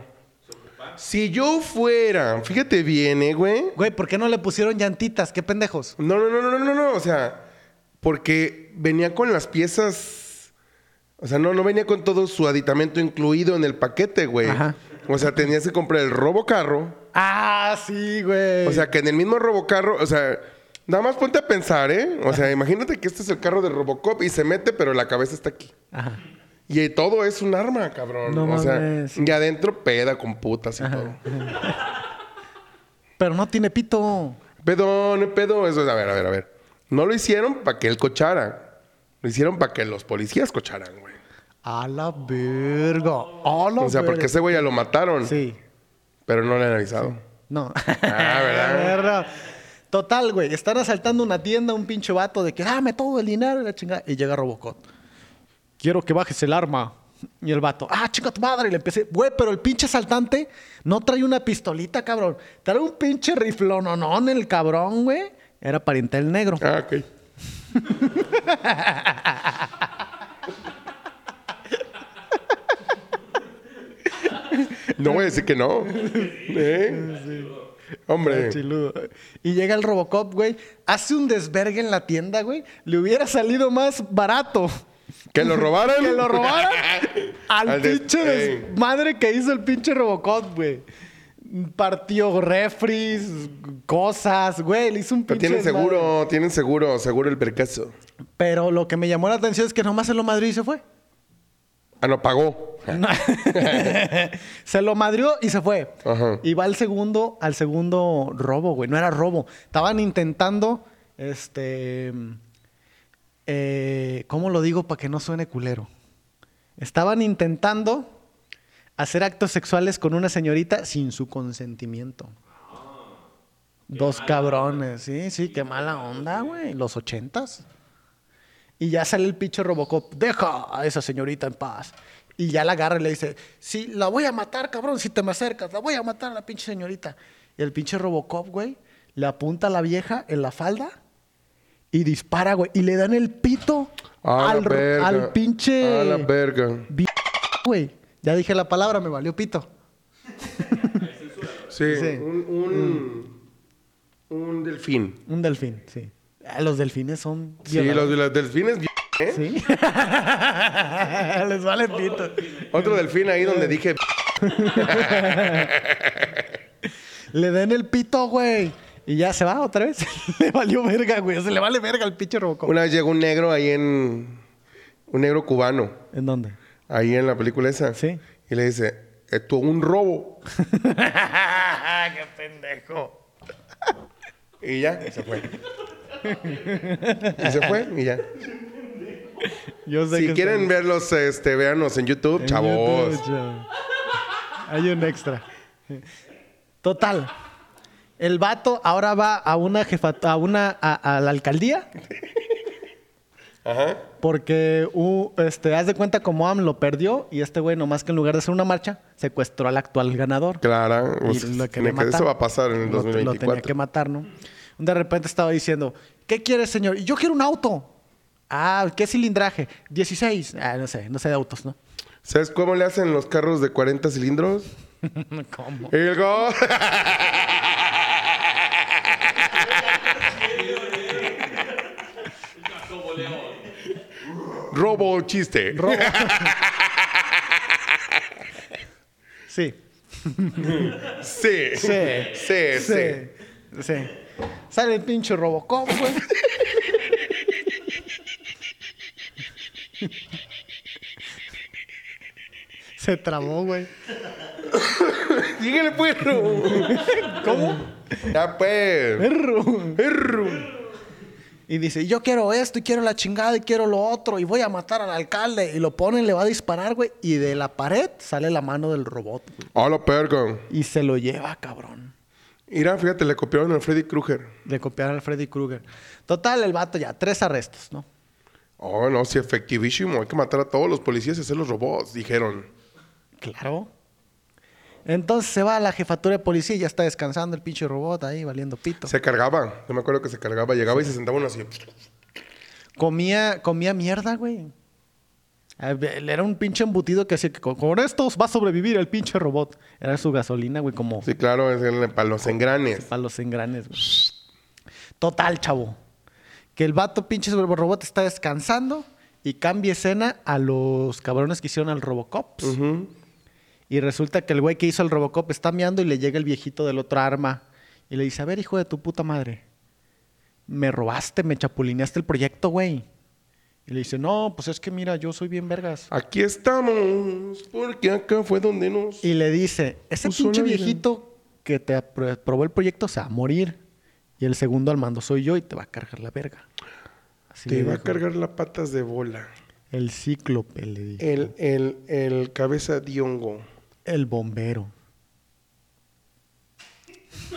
Si yo fuera, fíjate bien, eh, güey. Güey, ¿por qué no le pusieron llantitas? ¡Qué pendejos! No, no, no, no, no, no, no. O sea, porque venía con las piezas. O sea, no, no venía con todo su aditamento incluido en el paquete, güey. Ajá. O sea, tenías que comprar el robocarro. Ah, sí, güey. O sea, que en el mismo robocarro, o sea, nada más ponte a pensar, ¿eh? O sea, imagínate que este es el carro de Robocop y se mete, pero la cabeza está aquí. Ajá. Y eh, todo es un arma, cabrón. No o sea, mames. y adentro peda con putas y todo. Pero no tiene pito. Pedo, no hay pedo. Eso es, a ver, a ver, a ver. No lo hicieron para que él cochara. Lo hicieron para que los policías cocharan, güey. A la verga. A la O sea, verga. porque ese güey ya lo mataron. Sí. Pero no le han avisado. No. Ah, ¿verdad? Verga. Total, güey. Están asaltando una tienda, un pinche vato de que dame todo el dinero y la chingada. Y llega Robocop. Quiero que bajes el arma. Y el vato, ah, chica tu madre. Y le empecé, güey, pero el pinche asaltante no trae una pistolita, cabrón. Trae un pinche riflononón el cabrón, güey. Era parientel negro. Ah, ok. No voy a decir que no. ¿Eh? Hombre. Chiludo. Y llega el Robocop, güey. Hace un desvergue en la tienda, güey. Le hubiera salido más barato ¿Que lo robaron? que lo robaran al, Al des- pinche Ey. desmadre que hizo el pinche Robocop, güey. Partió refries, cosas, güey. Le hizo un Pero pinche. tienen desmadre. seguro, tienen seguro, seguro el percaso. Pero lo que me llamó la atención es que nomás se lo madrió y se fue. Ah, no, pagó. No. se lo madrió y se fue. Ajá. Y va al segundo, al segundo robo, güey. No era robo. Estaban intentando, este, eh, ¿cómo lo digo para que no suene culero? Estaban intentando hacer actos sexuales con una señorita sin su consentimiento. Dos cabrones, sí, sí, qué mala onda, güey. Los ochentas. Y ya sale el pinche Robocop, deja a esa señorita en paz. Y ya la agarra y le dice, sí, la voy a matar, cabrón, si te me acercas, la voy a matar a la pinche señorita. Y el pinche Robocop, güey, le apunta a la vieja en la falda y dispara, güey. Y le dan el pito A al, la ro- verga. al pinche... A la verga. vi- güey. Ya dije la palabra, me valió pito. Sí, Sí. Un, un, un delfín. Un delfín, sí. Ah, Los delfines son... Sí, violadores. los, los delfines. vi- ¿eh? Sí. Les vale pito. Otro delfín ahí donde dije. Le den el pito, güey. Y ya se va otra vez. le valió verga, güey. Se le vale verga al pinche Robocop. Una vez llegó un negro ahí en. Un negro cubano. ¿En dónde? Ahí en la película esa. Sí. Y le dice: Esto es un robo. ¡Qué pendejo! Y ya, se fue. y se fue, y ya. Yo sé Si que quieren está- verlos, este, véanos en YouTube, en chavos. YouTube, chavos. Hay un extra. Total. El vato ahora va a una jefata, a una, a, a la alcaldía. Ajá. Porque, uh, este, haz de cuenta como AMLO perdió y este güey nomás que en lugar de hacer una marcha, secuestró al actual ganador. Clara, pues, Y lo quería tiene que- eso matar. va a pasar en el Lo- Lo, tenía que 2024. matar, ¿no? De repente estaba diciendo, ¿qué quieres, señor? Y yo quiero un auto. Ah, ¿qué cilindraje? 16. Ah, no sé, no sé de autos, ¿no? ¿Sabes cómo le hacen los carros de 40 cilindros? ¿Cómo? El go. Robo chiste. Sí. Sí. Sí. Sí. Sí. Sí. sí. Sale el pinche Robocop, güey. Se trabó, güey. Dígale, perro. ¿Cómo? pues. Ya, pues. Y dice, yo quiero esto, y quiero la chingada, y quiero lo otro, y voy a matar al alcalde. Y lo ponen, le va a disparar, güey. Y de la pared sale la mano del robot. güey. Hola, perro. Y se lo lleva, cabrón. Mira, fíjate, le copiaron a Freddy Krueger. Le copiaron al Freddy Krueger. Total, el vato ya, tres arrestos, ¿no? Oh, no, sí, efectivísimo. Hay que matar a todos los policías y hacer los robots, dijeron. Claro. Entonces se va a la jefatura de policía y ya está descansando el pinche robot ahí, valiendo pito. Se cargaba. Yo me acuerdo que se cargaba. Llegaba y se sentaba uno así. Comía, comía mierda, güey. A ver, Era un pinche embutido que hacía que con, con estos va a sobrevivir el pinche robot. Era su gasolina, güey, como Sí, claro, es el- para los engranes. para los engranes, güey. Total, chavo. Que el vato pinche robot está descansando y cambia escena a los cabrones que hicieron al Robocop. Ujú. Y resulta que el güey que hizo el Robocop está meando y le llega el viejito del otro arma y le dice, a ver, hijo de tu puta madre, me robaste, me chapulineaste el proyecto, güey. Y le dice, no, pues es que mira, yo soy bien vergas. Aquí estamos, porque acá fue donde nos... Y le dice, ese Puso pinche la vida. viejito que te apro- aprobó el proyecto se va a morir. Y el segundo al mando soy yo y te va a cargar la verga. Así Te le va a dijo. cargar las patas de bola. El cíclope, le dijo. El, el, el cabeza de hongo. El bombero.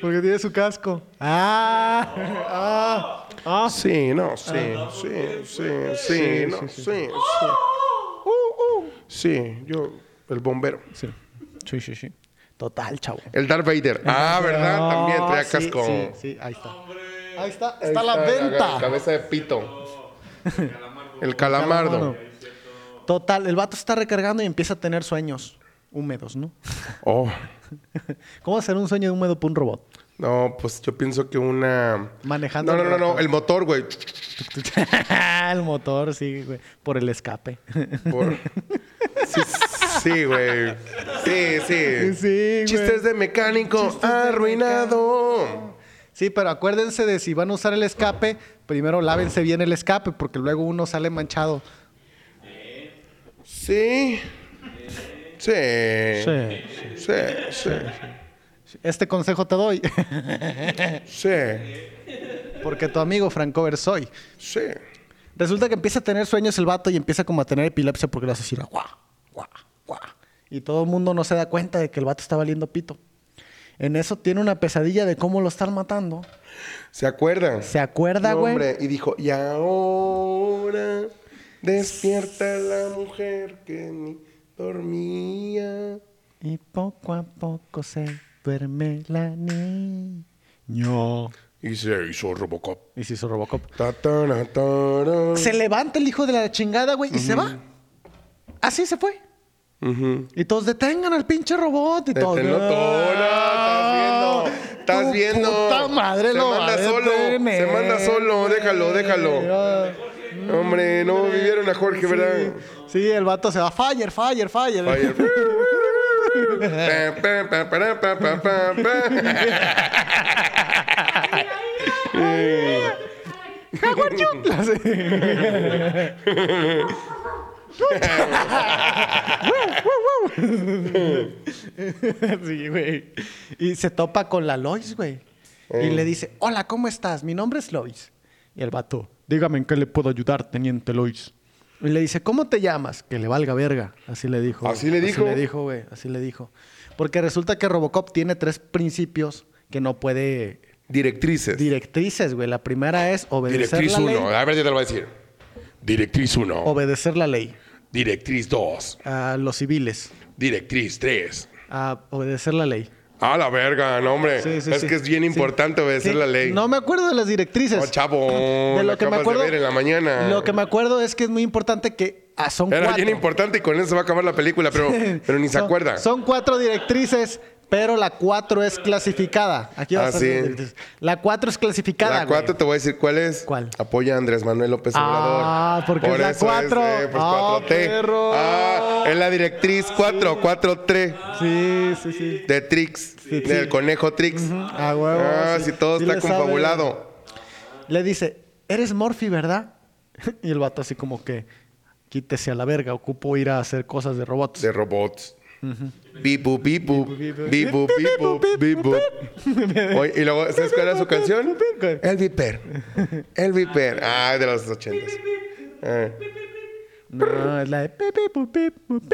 Porque tiene su casco. Ah, ah, ah. Sí, no, sí, sí, sí, sí, no, sí, sí. Uh, uh. Sí, yo, el bombero. Sí, sí, sí. sí. Total, chavo. El Darth Vader. Ah, ¿verdad? Ah, También trae sí, casco. Sí, sí, ahí está. Ahí está, está, Ahí la la venta. cabeza de pito. El calamardo. Total, el vato está recargando y empieza a tener sueños húmedos, ¿no? Oh. ¿Cómo hacer un sueño húmedo para un robot? No, pues yo pienso que una. Manejando No, no, el no, no. motor. El motor, güey. el motor, sí, güey. Por el escape. Por- Sí, sí, güey. Sí, sí. Sí, güey. Chistes de mecánico arruinado. Sí, pero acuérdense de si van a usar el escape, primero lávense bien el escape, porque luego uno sale manchado. Sí. Sí. Sí. Sí. Sí. Este consejo te doy, Sí. porque tu amigo Francover soy. Sí. Resulta que empieza a tener sueños el vato y empieza como a tener epilepsia porque lo hace así, guau, guau, guau. Y todo el mundo no se da cuenta de que el vato está valiendo pito. En eso tiene una pesadilla de cómo lo están matando. ¿Se acuerdan? Se acuerda, No, güey. hombre, Y dijo, y ahora despierta la mujer que ni dormía. y poco a poco se duerme la niño. Y se hizo Robocop. Y se hizo Robocop. Ta, ta, ra, ta, ra. Se levanta el hijo de la chingada, güey, y se va. Así se fue. Ujú. Y todos detengan al pinche robot y todos. Deténlo todo, no, estás viendo, Tu estás viendo. Puta madre, se lo va manda a solo, se detener. manda solo, déjalo, déjalo. Hombre, no vivieron a Jorge, ¿verdad? Sí, sí, el vato se va, fire, fire, fire. Fire. Pa, pa, pa, para, pa, pa, pa, pa. sí, güey. Y se topa con la Lois, güey. Eh. Y le dice, hola, ¿cómo estás? Mi nombre es Lois. Y el vato, dígame en qué le puedo ayudar, teniente Lois. Y le dice, ¿cómo te llamas? Que le valga verga. Así le dijo. güey. Así le dijo. Así le dijo, güey. Así le dijo. Porque resulta que Robocop tiene tres principios que no puede... Directrices. Directrices, güey. La primera es obedecer Directriz la ley. 1. A ver, yo te lo voy a decir. Directriz 1. Obedecer la ley. Directriz 2. A los civiles. Directriz 3. A obedecer la ley. A la verga, no, hombre. Sí, sí, es sí. que es bien Sí. importante obedecer Sí. la ley. No me acuerdo de las directrices. No, chavo, De la lo que me acabas de acuerdo. ver en la mañana. Lo que me acuerdo es que es muy importante que ah, son Era cuatro. bien importante y con eso se va a acabar la película, pero, pero ni se Son- acuerda. Son cuatro directrices, pero la cuatro es clasificada. Aquí va Ah, a estar sí. las directrices. La cuatro es clasificada. la 4 güey. te voy a decir cuál es. ¿Cuál? Apoya a Andrés Manuel López Obrador. Ah, porque es la cuatro. eh, pues, Ah, 4T. perro. Ah, es la directriz 4, 4-3 Sí, sí, sí. de Trix, Sí, sí. del conejo Trix. A huevo, Ah, sí. si todo Sí está le sabe. confabulado. Le dice, eres Morphy, ¿verdad? Y el vato así como que, quítese a la verga, ocupo ir a hacer cosas de robots. De robots. Bipu, bipu, Bipu, bipu. bipu, bipu, bipu. Oye, Y luego, ¿sabes cuál era su canción? El Viper. El Viper. Ah, de los ochentas. Ah. No, es la de pip, pip, bu, pip, bu, pip.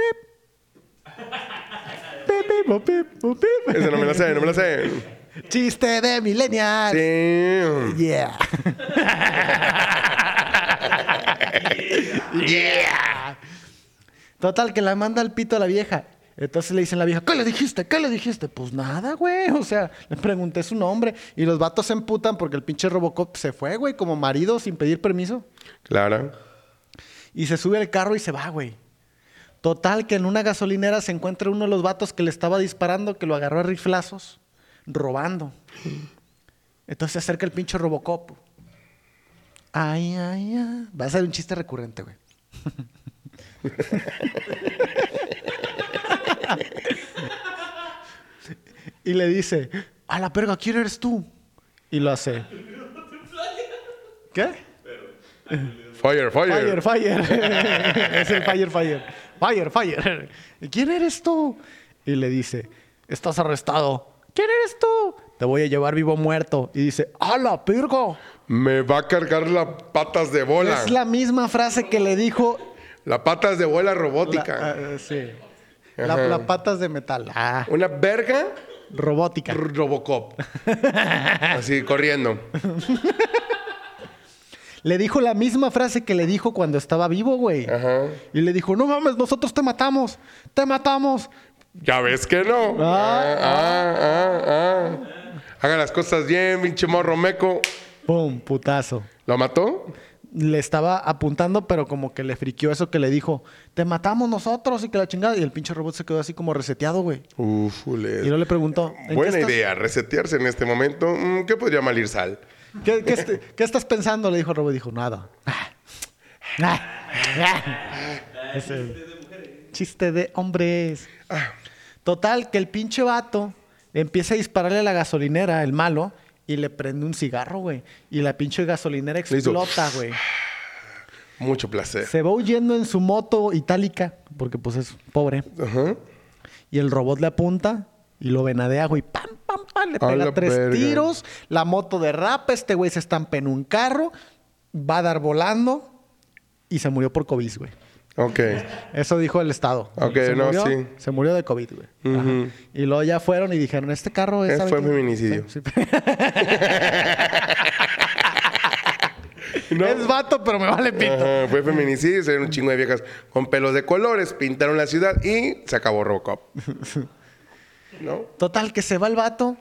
Pip, pip, bu, pip, bu, pip. Esa no me la sé, no me la sé. Chiste de millennial. Sí. Yeah. Yeah. Total, que la manda al pito a la vieja. Entonces le dicen a la vieja, ¿qué le dijiste? ¿Qué le dijiste? Pues nada, güey. O sea, le pregunté su nombre. Y los vatos se emputan porque el pinche Robocop se fue, güey, como marido sin pedir permiso. Clara. Y se sube al carro y se va, güey. Total, que en una gasolinera se encuentra uno de los vatos que le estaba disparando, que lo agarró a riflazos, robando. Entonces se acerca el pinche Robocop. Ay, ay, ay. Va a ser un chiste recurrente, güey. y le dice, a la perga, ¿quién eres tú? Y lo hace. ¿Qué? Fire, fire. Fire, fire. es el fire, fire. Fire, fire. ¿Y ¿Quién eres tú? Y le dice, estás arrestado. ¿Quién eres tú? Te voy a llevar vivo o muerto. Y dice, ¡Hala, pirgo! Me va a cargar las patas de bola. Es la misma frase que le dijo... La patas de bola La, robótica. ah, sí. La, Ajá. la patas de metal. Ah, Una verga robótica. r- Robocop. Así corriendo. Le dijo la misma frase que le dijo cuando estaba vivo, güey. Ajá. Y le dijo, no mames, nosotros te matamos. Te matamos. Ya ves que no. Ah, ah, ah, ah. Haga las cosas bien, pinche morro meco. Pum, putazo. ¿Lo mató? le estaba apuntando, pero como que le friqueó eso que le dijo, te matamos nosotros y que la chingada. Y el pinche robot se quedó así como reseteado, güey. Uf, Y no le preguntó, "¿En qué Buena estás- idea, resetearse en este momento. Mm, ¿Qué podría mal ir sal? ¿Qué, qué est- qué estás pensando? Le dijo el robot. Dijo, nada. Ah. Ah. Es el chiste de hombres. Total, que el pinche vato le empieza a dispararle a la gasolinera, el malo, y le prende un cigarro, güey. Y la pinche gasolinera Le hizo- explota, güey. Mucho placer. Se va huyendo en su moto itálica, porque pues es pobre. Ajá. Y el robot le apunta y lo venadea, güey. Pam, pam, pam. Le A pega la tres verga. tiros. La moto derrapa. Este güey se estampa en un carro. Va a dar volando. Y se murió por COVID, güey. Ok. Eso dijo el Estado. Ok, se no, murió, sí. Se murió de COVID, güey. Ajá. Ujú. Y luego ya fueron y dijeron, este carro es... Eh, fue ¿sabe qué? feminicidio. Sí, sí. Es vato, pero me vale pito. Ajá, fue feminicidio, se dieron un chingo de viejas con pelos de colores, pintaron la ciudad y se acabó Robocop. ¿No? Total, que se va el vato.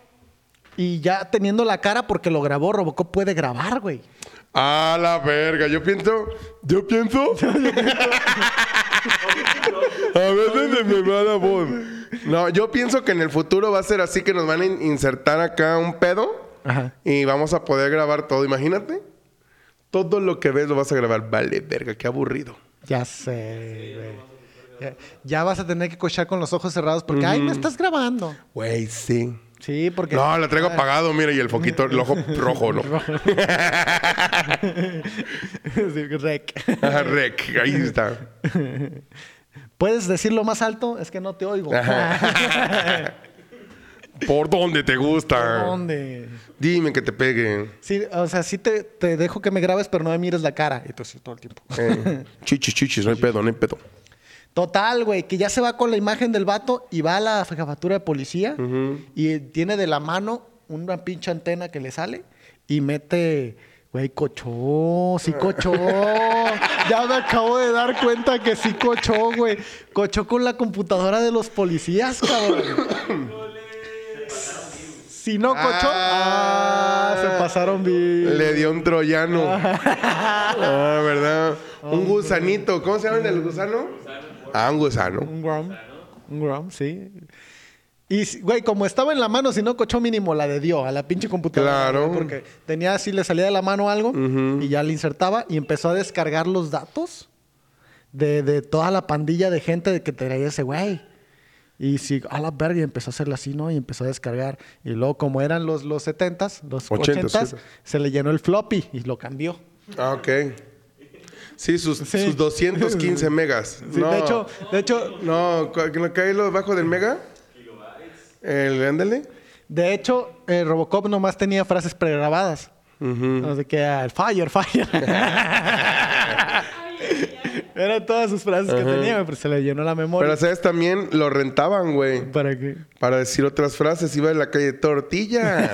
Y ya teniendo la cara, porque lo grabó, Robocop puede grabar, güey. A la verga, yo pienso, yo pienso. a veces se me va la voz. No, yo pienso que en el futuro va a ser así que nos van a in- insertar acá un pedo Ajá. y vamos a poder grabar todo, imagínate. Todo lo que ves lo vas a grabar. Vale, verga, qué aburrido. Ya sé, güey. Ya, ya vas a tener que cochar con los ojos cerrados porque, ay, me estás grabando. Güey, sí. Sí, porque. No, lo Ah. traigo apagado, mira, y el foquito, el ojo rojo, ¿no? Sí, rec. Ajá, Ah, Rec, ahí está. ¿Puedes decirlo más alto? Es que no te oigo. ¿Por dónde te gusta? ¿Dónde? Dime que te pegue. Sí, o sea, sí te, te dejo que me grabes, pero no me mires la cara. Y tú así todo el tiempo. Eh, chichis, chichis, no hay pedo, no hay pedo. Total, güey, que ya se va con la imagen del vato y va a la jefatura de policía y tiene de la mano una pinche antena que le sale y mete, güey, cochó, sí cochó. ya me acabo de dar cuenta que sí cochó, güey. Cochó con la computadora de los policías, cabrón. si no cochó, ah, se pasaron bien. Le dio un troyano. Ah, ¿verdad? Un gusanito. ¿Cómo se llama el del gusano? Ah, un gusano. Un grom. Un grom, sí. Y, si- güey, como estaba en la mano, si no cochó mínimo, la de dio a la pinche computadora. Claro. güey, Porque tenía así, le salía de la mano algo y ya le insertaba y empezó a descargar los datos de, de toda la pandilla de gente de que traía ese güey. Y sí, a la verga, y empezó a hacerle así, ¿no? Y empezó a descargar. Y luego, como eran los, los 70s, los 80s, 80s, sí. se le llenó el floppy y lo cambió. Ah, ok. Sí, sus, Sí. sus 215 megas. Sí, No. De hecho, de hecho, No, cu- ¿no cae lo bajo del mega? El, ándale. De hecho, eh, Robocop nomás tenía frases pregrabadas. No sé qué, ah, el fire, fire. Eran todas sus frases que tenía, pero se le llenó la memoria. Pero, ¿sabes? También lo rentaban, güey. ¿Para qué? Para decir otras frases, iba en la calle, tortilla.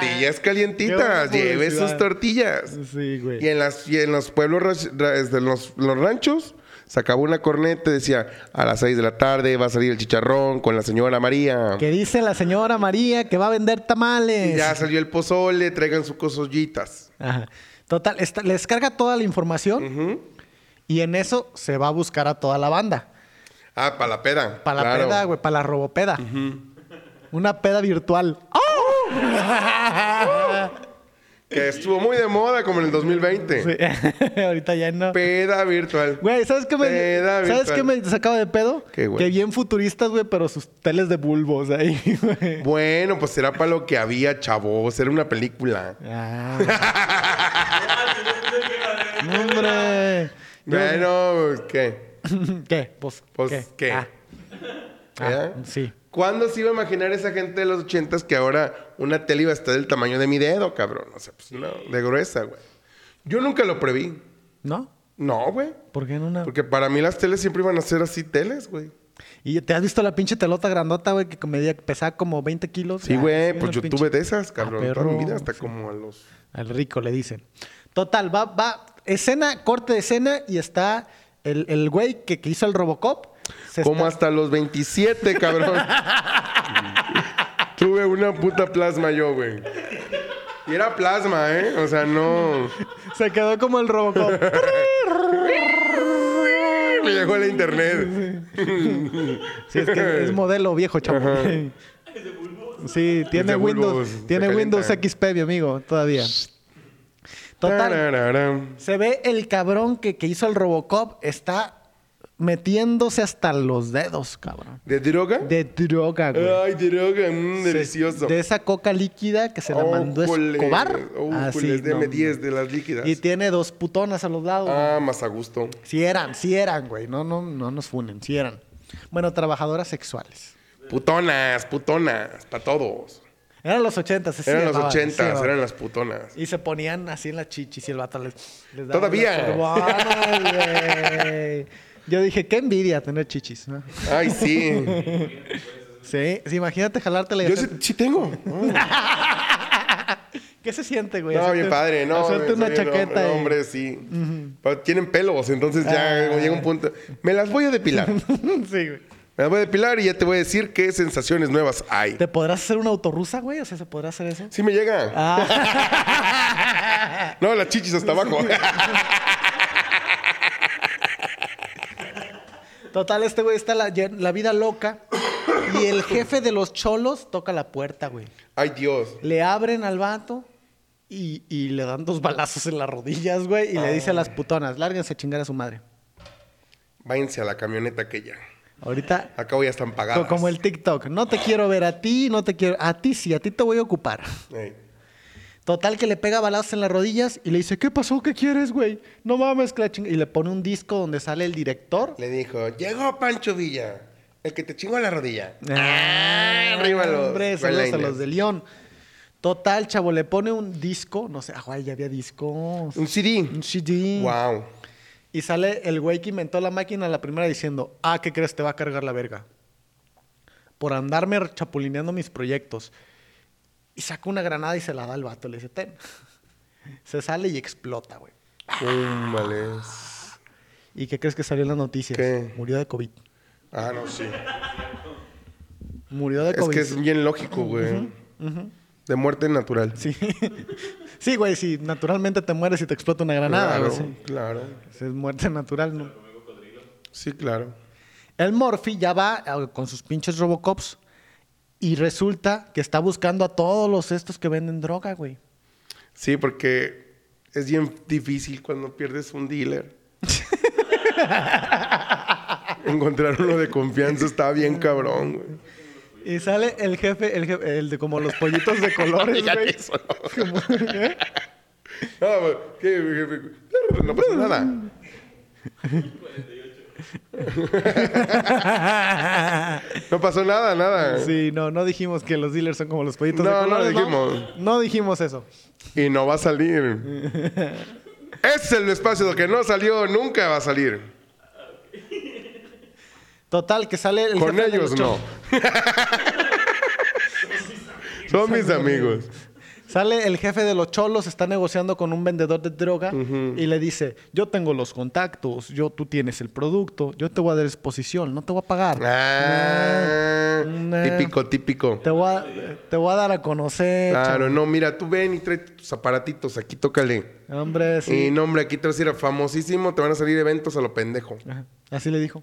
tortillas calientitas, Qué buena lleve publicidad. sus tortillas. Sí, güey. Y en, las, y en los pueblos, ra- ra- este, los, los ranchos, sacaba una corneta y decía, a las 6 de la tarde va a salir el chicharrón con la señora María. Que dice la señora María que va a vender Y tamales. ya salió el pozole, traigan sus cosollitas. Ajá. Total, esta- le descarga toda la información y en eso se va a buscar a toda la banda. Ah, para la peda. Para la claro. peda, güey, para la robopeda. Una peda virtual. ¡Oh! Que estuvo muy de moda como en el 2020. Sí. Ahorita ya no. Peda virtual. Güey, ¿sabes qué me, Peda ¿sabes virtual. qué me sacaba de pedo? ¿Qué, güey? que bien futuristas, güey, pero sus teles de bulbos ahí, güey. Bueno, pues era para lo que había, chavos. Era una película. Ah. Hombre. Bueno, pues, ¿qué? ¿Qué? Pues, Pues, ¿qué? Ah, ¿Verdad? sí. ¿Cuándo se iba a imaginar esa gente de los ochentas que ahora una tele iba a estar del tamaño de mi dedo, cabrón? O sea, pues no, de gruesa, güey. Yo nunca lo preví. ¿No? No, güey. ¿Por qué en una? Porque para mí las teles siempre iban a ser así teles, güey. ¿Y te has visto la pinche telota grandota, güey, que medía, pesaba como 20 kilos? Sí, Ah, güey, sí, pues una yo pinche- tuve de esas, cabrón. Ah, toda mi perro. vida, hasta como a los... Al rico le dicen. Total, va, va, escena, corte de escena y está el, el güey que, que hizo el Robocop. se Como está- hasta los 27, cabrón. tuve una puta plasma yo, güey. Y era plasma, ¿eh? O sea, no... Se quedó como el Robocop. Me llegó el internet. Sí, es que es modelo viejo, chavo. Sí, tiene de Windows, bulbos, tiene se Windows calienta. XP, mi amigo, todavía. Total, Tarararam. se ve el cabrón que, que hizo el Robocop está metiéndose hasta los dedos, cabrón. ¿De droga? De droga, güey. Ay, droga, mmm, Se- delicioso. De esa coca líquida que se la mandó Escobar. Así, Así, no, deme 10 de las líquidas. Y tiene dos putonas a los lados. Ah, más a gusto. Si eran, si eran, güey. No, no, no nos funen, si eran. Bueno, trabajadoras sexuales. Putonas, putonas, para todos. Eran los ochentas, así Eran los llamaban, así ochentas, llamaban. eran las putonas. Y se ponían así en las chichis y el vato les, les daba Todavía. las corbanas, güey. Yo dije, qué envidia tener chichis, ¿no? Ay, sí. Sí, sí, imagínate jalártela y Yo sí, hacer- sí tengo. Ah. ¿Qué se siente, güey? No, Hacerte- bien padre, no. Hacerte soy una un Hombre, chaqueta. y- Ah. hombre, sí. Pero Tienen pelos, entonces ya llega un punto. Me las voy a depilar. Me sí, güey. las voy a depilar y ya te voy a decir qué sensaciones nuevas hay. ¿Te podrás hacer una autorrusa, güey? O sea, ¿se podrá hacer eso? Sí me llega. Ah. No, las chichis hasta abajo. Total, este güey está la, la vida loca. Y el jefe de los cholos toca la puerta, güey. Ay, Dios. Le abren al vato Y, y le dan dos balazos en las rodillas, güey. Y le dice a las putonas, lárguense a chingar a su madre. Váyanse a la camioneta aquella. Ahorita, Acá voy ya están co- pagadas. como el TikTok, no te quiero ver a ti, no te quiero... A ti sí, a ti te voy a ocupar. Ey. Total que le pega balazos en las rodillas y le dice, ¿qué pasó? ¿Qué quieres, güey? No mames, que la ching-". Y le pone un disco donde sale el director. Le dijo, llegó Pancho Villa, el que te chingó la rodilla. Ah, arriba los Hombre, Red saludos a Liners. los de León. Total, chavo, le pone un disco, no sé, ah, güey, ya había discos. Un CD. Un CD. Wow. Y sale el güey que inventó la máquina la primera diciendo, ah, ¿qué crees? Te va a cargar la verga. Por andarme chapulineando mis proyectos. Y saca una granada y se la da al vato, le dice, ten. Se sale y explota, güey. Mm, vale. ¿Y qué crees que salió en las noticias? ¿Qué? Murió de COVID. Ah, no, sí. Murió de Es COVID. que es bien lógico, güey. De muerte natural. Sí. sí, güey, si naturalmente te mueres y te explota una granada, claro, güey. sí. claro. Pues Es muerte natural, ¿no? Sí, claro. El Morphy ya va eh, con sus pinches Robocops y resulta que está buscando a todos los estos que venden droga, güey. Sí, porque es bien difícil cuando pierdes un dealer. Encontrar uno de confianza está bien cabrón, güey. Y sale el jefe, el, jefe- el de como los pollitos de colores, Ya güey. eso, no. Ah, güey, ¿qué, jefe? No pasa nada. No pasó nada, nada. sí, no, no dijimos que los dealers son como los pollitos No, de no colores. dijimos. No dijimos eso. Y no va a salir. es el espacio que no salió, nunca va a salir. Total, que sale el Con jefe de ellos los no. chom- Son mis amigos. Sale el jefe de los cholos, está negociando con un vendedor de droga y le dice, yo tengo los contactos, yo, tú tienes el producto, yo te voy a dar exposición, no te voy a pagar. Ah, Nah. típico, típico. Te, voy a, te voy a dar a conocer. Claro, no, mira, tú ven y trae tus aparatitos, aquí tócale. chavo. Hombre, Y sí. no, hombre, aquí te vas a ir a famosísimo, te van a salir eventos a lo pendejo. Ajá. Así le dijo.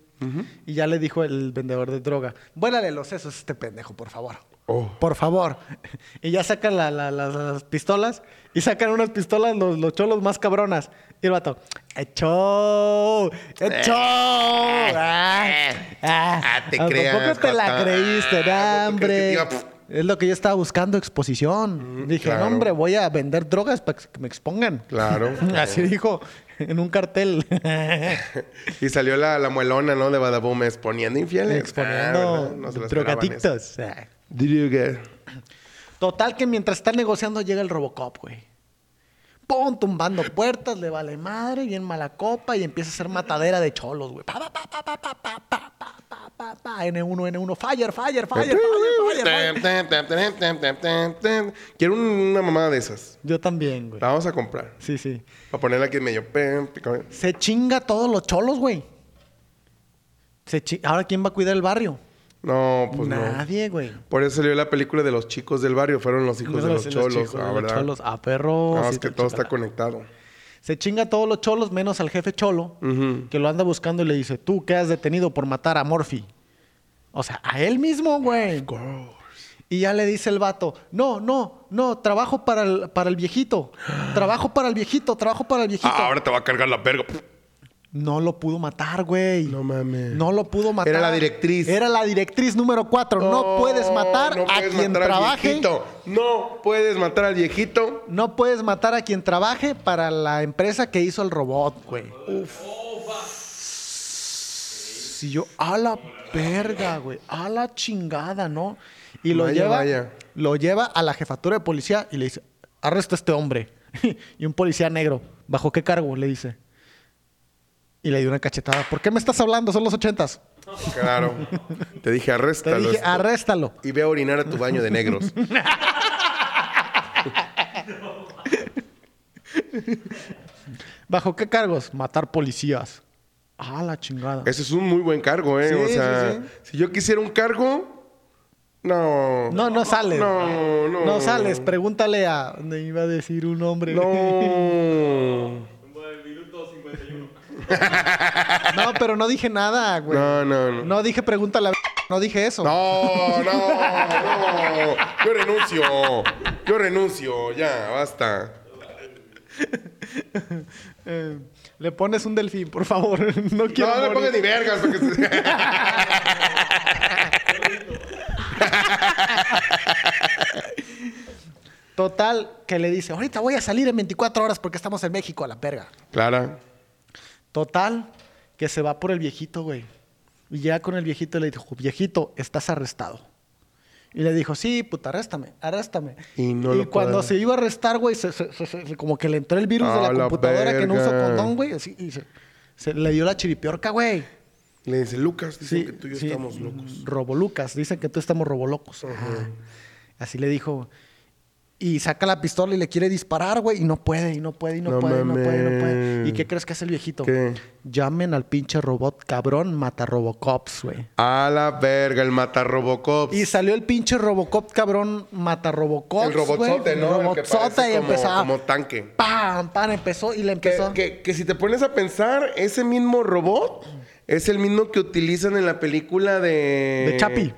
Y ya le dijo el vendedor de droga, vuélale los sesos a este pendejo, por favor. Oh. Por favor. Y ya sacan la- la- las, las pistolas. Y sacan unas pistolas los, los cholos más cabronas. Y el vato, ¡Echo! ¡Echo! ¡Ah! ¡Ah! Eh. Ah, te ¿A creas, poco te la Jota? creíste, Ah, no, ¿tú crees que te hombre? iba a- Es lo que yo estaba buscando, exposición. Dije, claro. no, hombre, voy a vender drogas para que me expongan. Claro. Así dijo en un cartel. Y salió la, la muelona, ¿no? De Badaboom exponiendo infieles. Ah, eh, exponiendo ¿verdad? No se lo esperaban eso. drogadictos. Ah. Droga. Total que mientras está negociando llega el Robocop, güey. Pum, tumbando puertas, le vale madre, bien mala copa y empieza a ser matadera de cholos, güey. Pa, pa, pa, pa, pa, pa, pa, pa, pa, pa, pa, pa, N1, N1, fire, fire, fire, fire, fire, fire. Quiero una mamada de esas. Yo también, güey. La vamos a comprar. Sí, sí. Para ponerla aquí en medio. Pem, pico. Se chinga todos los cholos, güey. Se chi- Ahora, ¿quién va a cuidar el barrio? No, pues no. Nadie, güey. Por eso salió la película de los chicos del barrio. Fueron los hijos de los, cholos. chicos de ah, los ¿verdad? cholos. Ah, perro. No, sí es que te todo chinga está la- conectado. Se chinga a todos los cholos menos al jefe cholo, que lo anda buscando y le dice, tú que has detenido por matar a Morphy. O sea, a él mismo, güey. Y ya le dice el vato, no, no, no, trabajo para el, para el viejito, trabajo para el viejito, trabajo para el viejito. Ah, ahora te va a cargar la verga. No lo pudo matar, güey. No mames. No lo pudo matar. Era la directriz. Era la directriz número cuatro. No, puedes matar no a puedes quien matar al trabaje. viejito. No puedes matar al viejito. No puedes matar a quien trabaje para la empresa que hizo el robot, güey. Uf. Si yo, a la verga, güey. A la chingada, ¿no? Y lo Vaya, lleva. vaya. Lo lleva a la jefatura de policía y le dice: Arresta a este hombre. y un policía negro. ¿Bajo qué cargo? Le dice. Y le dio una cachetada. ¿Por qué me estás hablando? Son los ochentas. Claro. Te dije, Te arréstalo. dije, esto. arréstalo. Y ve a orinar a tu baño de negros. ¿Bajo qué cargos? Matar policías. A la chingada. Ese es un muy buen cargo, ¿eh? Sí, o sí, sea, sí. si yo quisiera un cargo, no. No, no sales. No, no. No sales. Pregúntale a. Me iba a decir un hombre. No. No, pero no dije nada, güey. No, no, no. No dije pregúntale a. No dije eso. No, no, no. Yo renuncio. Yo renuncio. Ya, basta. Eh, le pones un delfín, por favor. No quiero. No, no le morir. pongas ni vergas. Porque se- Total, que le dice, ahorita voy a salir en 24 horas porque estamos en México a la verga. Clara. Total, que se va por el viejito, güey. Y llega con el viejito y le dijo, viejito, estás arrestado. Y le dijo, sí, puta, arréstame, arréstame. Y no lo cuando puede. se iba a arrestar, güey, se- se- se- se- como que le entró el virus de A la, la computadora que no usó verga. condón, güey. así, y se, se le dio la chiripiorca, güey. Le dice, Lucas, dicen Sí, que Pues tú y yo sí, estamos locos. Robolucas, dicen que tú estamos robolocos. Ah, Así le dijo. Y saca la pistola y le quiere disparar, güey. Y no puede, y no puede, y no, No puede, y no puede, y no puede. mames. ¿Y qué crees que hace el viejito? ¿Qué? Llamen al pinche robot cabrón, mata Robocops, güey. A la verga, el mata Robocop. Y salió el pinche Robocop cabrón, mata Robocops. el robotzote, güey. ¿no? El que Robotzote parece y como- empezaba. Como tanque. ¡Pam! ¡Pam! Empezó y le Que, empezó. que- que si te pones a pensar, ese mismo robot es el mismo que utilizan en la película de. De Chapi.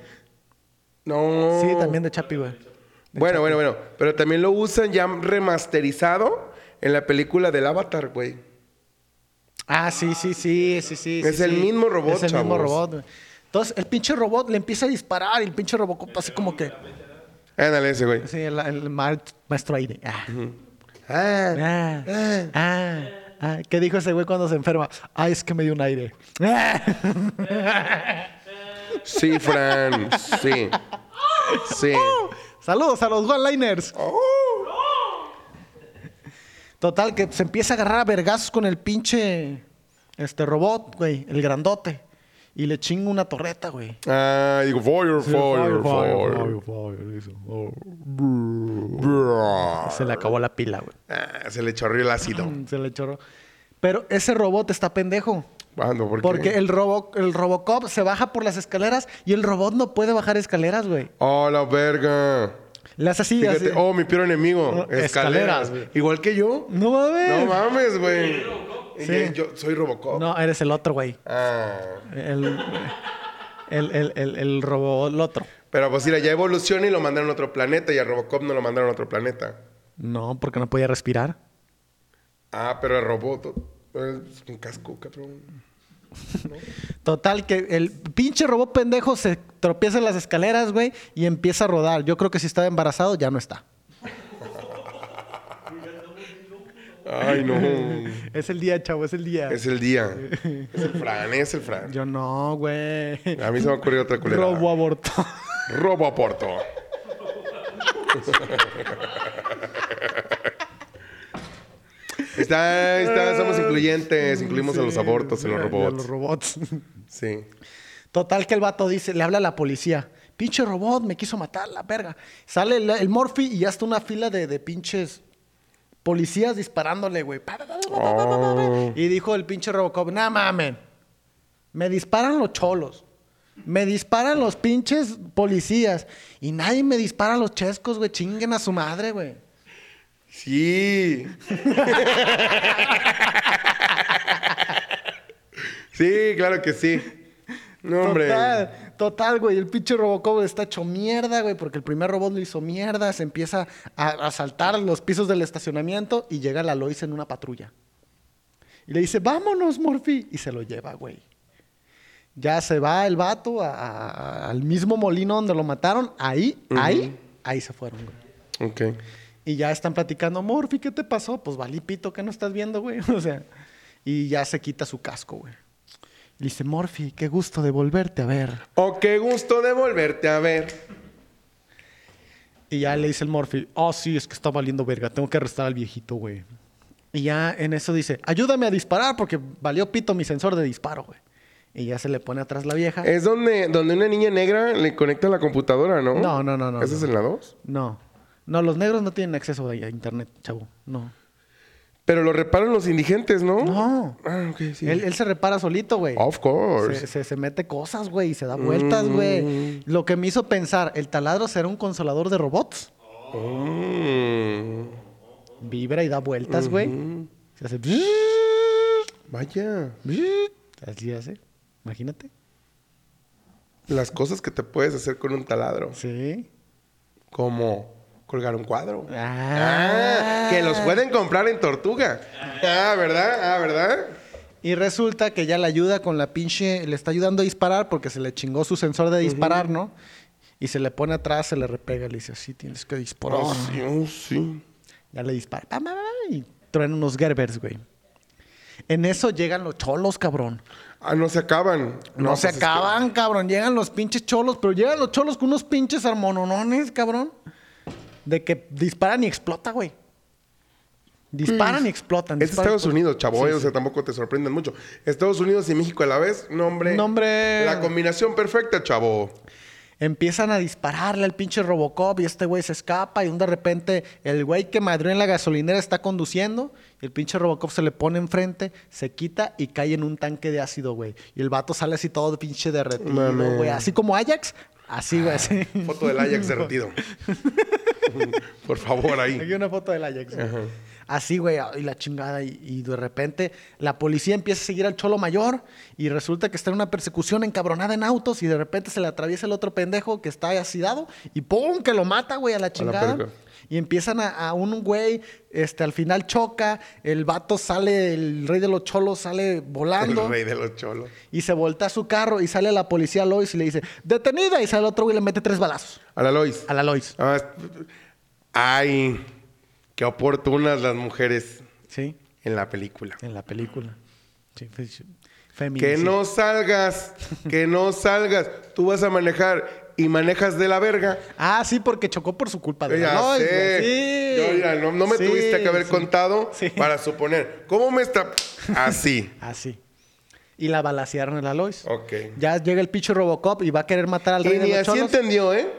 No. Sí, también de Chapi, güey. Bueno, bueno, bueno. Pero también lo usan ya remasterizado en la película del Avatar, güey. Ah, sí, sí, sí, sí, sí. Es sí, el sí. mismo robot, Es el mismo chavos. robot. güey. Entonces, el pinche robot le empieza a disparar y el pinche robot así como que... Ándale ese, güey. Sí, el, el ma- maestro aire. Ah, Ah, ah, ah, ah. ¿Qué dijo ese güey cuando se enferma? Ah, es que me dio un aire. Ah. Sí, Fran. Sí. Sí. Saludos a los one-liners. Total, que se empieza a agarrar a vergazos con el pinche este robot, güey, el grandote. Y le chinga una torreta, güey. Ah, digo, fire, fire, fire. Oh. Brrr. Se le acabó la pila, güey. Ah, se le chorrió el ácido. Mm, Se le choró. Pero ese robot está pendejo. Ando, ¿por qué? Porque el, robo, el Robocop se baja por las escaleras y el robot no puede bajar escaleras, güey. ¡Oh, la verga! Le hace así, Fíjate, así. oh, mi peor enemigo. No, Escaleras. escaleras, güey. Igual que yo. No mames. No mames, güey. Sí. Yo yo soy Robocop. No, eres el otro, güey. Ah. El, el, el, el, el robot, el otro. Pero pues mira, ya evoluciona y lo mandaron a otro planeta y a Robocop no lo mandaron a otro planeta. No, porque no podía respirar. Ah, pero el robot eh, es un casco, cabrón. Total, que el pinche robot pendejo se tropieza en las escaleras, güey, y empieza a rodar. Yo creo que si estaba embarazado, ya no está. Ay, no. Es el día, chavo, es el día. Es el día. Es el Fran, es el Fran. Yo no, güey. A mí se me ocurrió otra culera. Robo aborto. Robo aporto. está, está, somos incluyentes. Incluimos a los Sí, abortos en los y a- y a robots. los robots. Sí. Total que el vato dice, le habla a la policía. Pinche robot, me quiso matar, la verga. Sale el, el Morphy y ya está una fila de, de pinches policías disparándole, güey. Pa, pa, pa, pa, pa, pa, pa, pa. Oh. Y dijo el pinche Robocop, nah mamen. Me disparan los cholos. Me disparan los pinches policías. Y nadie me dispara a los chescos, güey. Chinguen a su madre, güey. Sí. sí, claro que sí. No, hombre. Total, total, güey. El pinche Robocop está hecho mierda, güey, porque el primer robot lo hizo mierda. Se empieza a, a saltar los pisos del estacionamiento y llega la Lois en una patrulla. Y le dice, vámonos, Morphy. Y se lo lleva, güey. Ya se va el vato a- a- a- al mismo molino donde lo mataron. Ahí, ahí, ahí se fueron, güey. Ok. Y ya están platicando, Morphy, ¿qué te pasó? Pues valipito, ¿qué no estás viendo, güey? O sea, y ya se quita su casco, güey. Y dice, Morphy, qué gusto de volverte a ver. Oh, qué gusto de volverte a ver. Y ya le dice el Morphy, oh, sí, es que está valiendo verga, tengo que arrestar al viejito, güey. Y ya en eso dice, ayúdame a disparar porque valió pito mi sensor de disparo, güey. Y ya se le pone atrás la vieja. Es donde, donde una niña negra le conecta la computadora, ¿no? No, no, no, no, ¿Esa es no. en la 2? No, no, los negros no tienen acceso a a internet, chavo, no. Pero lo reparan los indigentes, ¿no? No. Ah, ok, sí. Él, eh, él se repara solito, güey. Of course. Mm. Se, se- se mete cosas, güey, y se da vueltas, güey. Lo que me hizo pensar, ¿el taladro será un consolador de robots? Mm. Vibra y da vueltas, güey. Se hace... Vaya. Así hace. Imagínate. Las cosas que te puedes hacer con un taladro. Sí. Como colgar un cuadro. Ah. Ah, que los pueden comprar en Tortuga. Ah, ¿verdad? Ah, ¿verdad? Y resulta que ya le ayuda con la pinche, le está ayudando a disparar porque se le chingó su sensor de disparar, ¿no? Y se le pone atrás, se le repega, le dice, así tienes que disparar. Oh, sí, oh, sí. Ya le dispara. pa, pa, pa, pa, Y traen unos Gerbers, güey. En eso llegan los cholos, cabrón. Ah, no se acaban. No, se pues es que- acaban, cabrón. Llegan los pinches cholos, pero llegan los cholos con unos pinches armononones, cabrón. De que disparan y explota, güey. Mm. Disparan y explotan. Es disparan y Estados explotan. Unidos, chavo, Sí, eh, o sí. sea, tampoco te sorprendan mucho. Estados Unidos y México a la vez, nombre. Nombre. La combinación perfecta, chavo. Empiezan a dispararle al pinche Robocop y este güey se escapa y un de repente el güey que madrió en la gasolinera está conduciendo y el pinche Robocop se le pone enfrente, se quita y cae en un tanque de ácido, güey. Y el vato sale así todo pinche derretido, Mame. güey. Así como Ajax, así, güey. así. Foto del Ajax derretido. Por favor, Aquí ahí. una foto del Ajax. güey. Así, güey, y la chingada. Y, y de repente la policía empieza a seguir al cholo mayor y resulta que está en una persecución encabronada en autos y de repente se le atraviesa el otro pendejo que está asidado y ¡pum! que lo mata, güey, a la chingada. verga. y empiezan a, a un güey, este, al final choca, el vato sale, el rey de los cholos sale volando. El rey de los cholos. Y se voltea a su carro y sale la policía Lois y le dice, detenida. Y sale el otro güey y le mete tres balazos A la Lois. a la Lois. Ah, es- Ay, qué oportunas las mujeres Sí, en la película. en la película. Sí, fe- feminicidio. Que no salgas, que no salgas. Tú vas a manejar y manejas de la verga. Ah, sí, porque chocó por su culpa. de Ya la Lois, sé. güey. Sí. Yo, mira, no, no me Sí, tuviste que haber sí. contado Sí. para suponer. ¿Cómo me está? Así. Así. Ah, Y la balacearon a la Lois. Ok. Ya llega el pinche Robocop y va a querer matar al Y rey de ni los así cholos. entendió, ¿eh?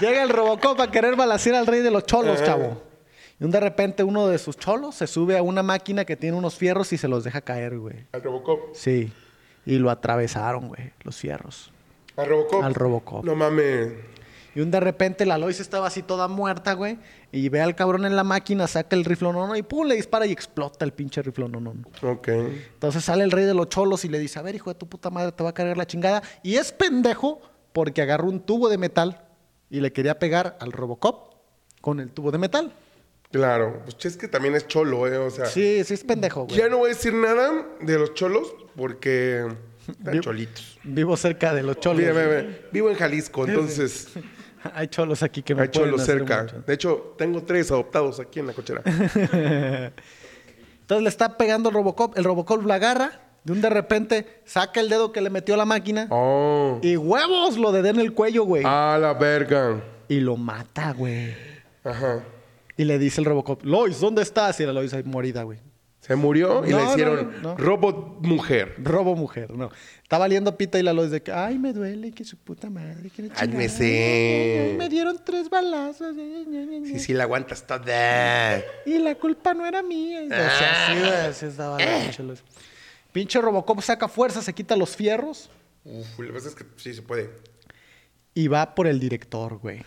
Llega el Robocop a querer balacear al rey de los cholos, chavo. Y un de repente uno de sus cholos se sube a una máquina que tiene unos fierros y se los deja caer, güey. Al Robocop. Sí. Y lo atravesaron, güey, los fierros. Al Robocop. Al Robocop. No mames. Y un de repente la Lois estaba así toda muerta, güey. Y ve al cabrón en la máquina, saca el riflonono y pum, le dispara y explota el pinche riflonono. Ok. Entonces sale el rey de los cholos y le dice, a ver, hijo de tu puta madre, te va a cargar la chingada. Y es pendejo porque agarró un tubo de metal y le quería pegar al Robocop con el tubo de metal. Claro. Pues es que también es cholo, ¿eh? O sea. Sí, sí es pendejo, güey. Ya no voy a decir nada de los cholos porque están cholitos. Vivo cerca de los cholos. Mira, mira, mira. Vivo en Jalisco, entonces Hay cholos aquí que me hay pueden cholos hacer cerca. mucho. De hecho, tengo tres adoptados aquí en la cochera. Entonces le está pegando el Robocop, el Robocop la agarra, de un de repente saca el dedo que le metió la máquina Oh. y huevos lo de en el cuello, güey. A la verga. Y lo mata, güey. Ajá. Y le dice el Robocop, Lois, ¿dónde estás? Y la Lois ahí morida, güey. Se murió y No, le no, hicieron no, no. robot mujer. Robo mujer, no. Está valiendo pita y la Lois de que, ay, me duele, que su puta madre, que la Ay, me chingada, sé. ay, ay, Me dieron tres balazos. ay, ay, ay, Sí, ay, sí, la aguantas toda. Y la culpa no era mía. O sea, Ah. así, güey, así estaba la pinche Lois. Pinche Robocop saca fuerza, se quita los fierros Uf, lo que pasa es que sí se puede. y va por el director, güey.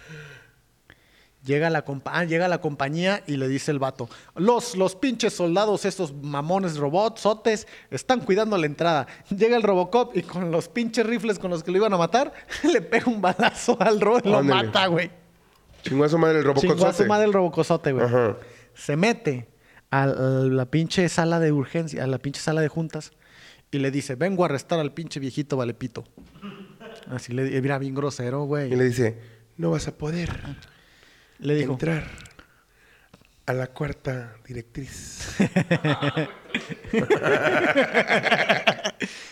Llega la, compa- ah, llega la compañía y le dice el vato, los, los pinches soldados, estos mamones robots, sotes, están cuidando la entrada. Llega el Robocop y con los pinches rifles con los que lo iban a matar, le pega un balazo al robot y lo Ándale. mata, güey. Chingó a su madre el robot Chingó a su madre el robocosote, güey. Ajá. Se mete a la pinche sala de urgencia, a la pinche sala de juntas y le dice, vengo a arrestar al pinche viejito valepito. Así le mira bien grosero, güey. Y le dice, no vas a poder Le dijo, entrar a la cuarta directriz.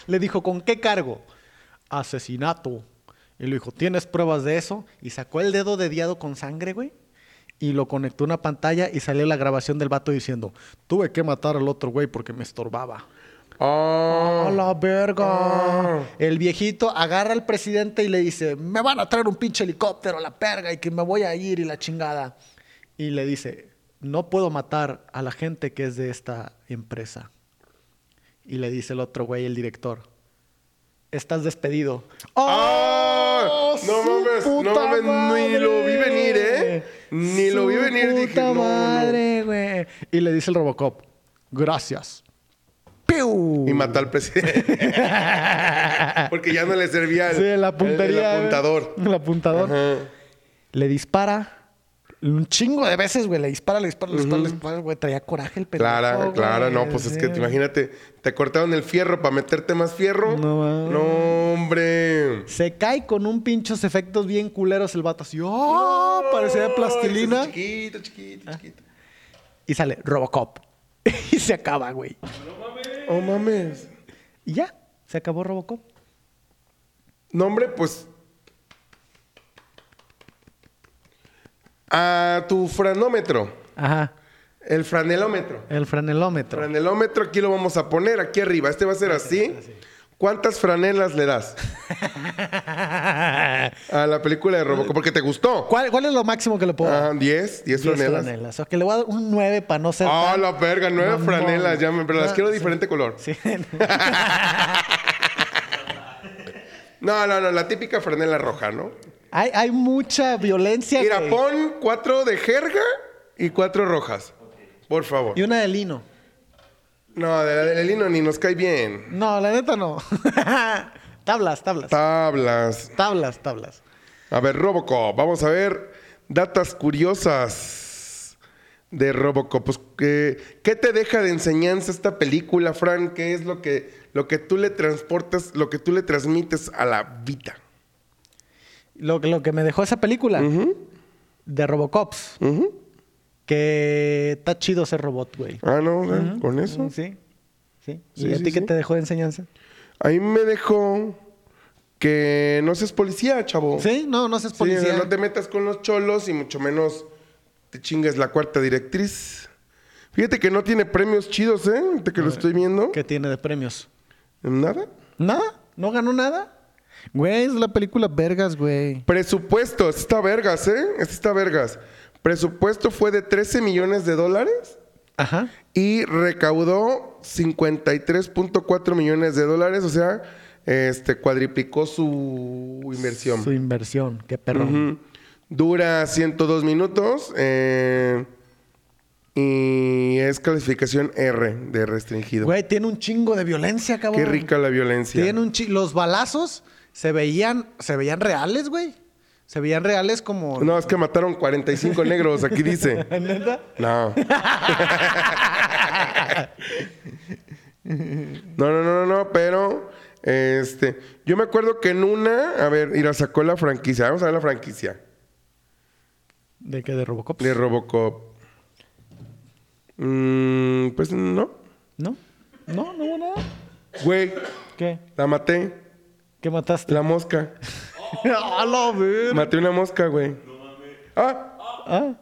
le dijo, ¿con qué cargo? Asesinato. Y le dijo, ¿tienes pruebas de eso? Y sacó el dedo dediado con sangre, güey. Y lo conectó a una pantalla y salió la grabación del vato diciendo, tuve que matar al otro güey porque me estorbaba. Oh. ¡A la verga! Ah. El viejito agarra al presidente y le dice, me van a traer un pinche helicóptero a la perga y que me voy a ir y la chingada. Y le dice, no puedo matar a la gente que es de esta empresa. Y le dice el otro güey, el director, estás despedido. ¡Ah! ¡Oh, No su mames, no puta mames, ni lo vi madre! venir, ¿eh? Ni lo vi Su venir, dije, puta no, no, no. madre, güey. Y le dice el Robocop, gracias. ¡Pip! ¡Piu! Y mató al presidente. Porque ya no le servía el, Sí, la puntería. ¿eh? Mm. el- el güey. apuntador. El apuntador. Ajá. Le dispara. Un chingo de veces, güey. Le dispara, le dispara, le dispara, le dispara, güey. Traía coraje el pendejo. Clara, güey. clara, no, pues es que te Sí. imagínate, te cortaron el fierro para meterte más fierro. No mames. No, hombre. Se cae con un pinchos efectos bien culeros el vato así. ¡Oh! Parecía de plastilina. Ay, Chiquito, chiquito, chiquito. Y sale Robocop. y se acaba, güey. Oh, mames. Y ya. Se acabó Robocop. No, hombre, pues. A tu franómetro. Ajá. El franelómetro. El franelómetro. Franelómetro, aquí lo vamos a poner, aquí arriba. Este va a ser así. ¿Cuántas franelas le das a la película de Robocop? Porque te gustó. ¿Cuál, ¿Cuál es lo máximo que le puedo dar? Ajá, 10, 10 Diez franelas. franelas. O sea, que le voy a dar un 9 para no ser. Ah, tan la verga, nueve mamón. franelas, ya me- pero las Ah, quiero de sí. diferente color. Sí. No, no, no, la típica franela roja, ¿no? hay, hay mucha violencia. Mira, güey. pon cuatro de jerga y cuatro rojas. Por favor. Y una de lino. No, de la de Lelino ni nos cae bien. No, la neta no. tablas, tablas. Tablas. Tablas, tablas. A ver, Robocop. Vamos a ver datas curiosas de Robocop. Pues, ¿qué, qué te deja de enseñanza esta película, Frank? ¿Qué es lo que, lo que tú le transportas, lo que tú le transmites a la vida? Lo, lo que me dejó esa película de Robocops, Ujú. que está chido ese robot, güey. Ah, no, eh, con eso. Sí. sí. ¿Y Sí, a sí, ti qué sí. te dejó de enseñanza? Ahí me dejó que no seas policía, chavo. Sí, no, no seas Oh. Sí, o sea, policía. no te metas con los cholos y mucho menos te chingues la cuarta directriz. Fíjate que no tiene premios chidos, ¿eh? Ahorita que lo estoy viendo. ¿Qué tiene de premios? Nada. ¿Nada? ¿No ganó nada? Güey, es la película Vergas, güey. Presupuesto, esta está vergas, ¿eh? Esta está vergas. Presupuesto fue de 13 millones de dólares Ajá. y recaudó 53.4 millones de dólares, o sea, este cuadriplicó su inversión. Su inversión, qué perro. Ujú. Dura 102 minutos eh, y es calificación R de restringido. Güey, tiene un chingo de violencia, cabrón. Qué rica la violencia. Tiene un chi- Los balazos se veían, se veían reales, güey. Se veían reales como. No, es que mataron 45 negros, aquí dice. ¿Neta? No. No, no, no, no, no, pero este, yo me acuerdo que en una, a ver, y la sacó la franquicia, vamos a ver la franquicia ¿De qué? ¿De Robocop? de Robocop. Mm, pues no, ¿No? No, no hubo nada. güey, ¿Qué? la maté, ¿Qué mataste? la mosca. ¡A la ver! Maté una mosca, güey. ¡Ah! Ah,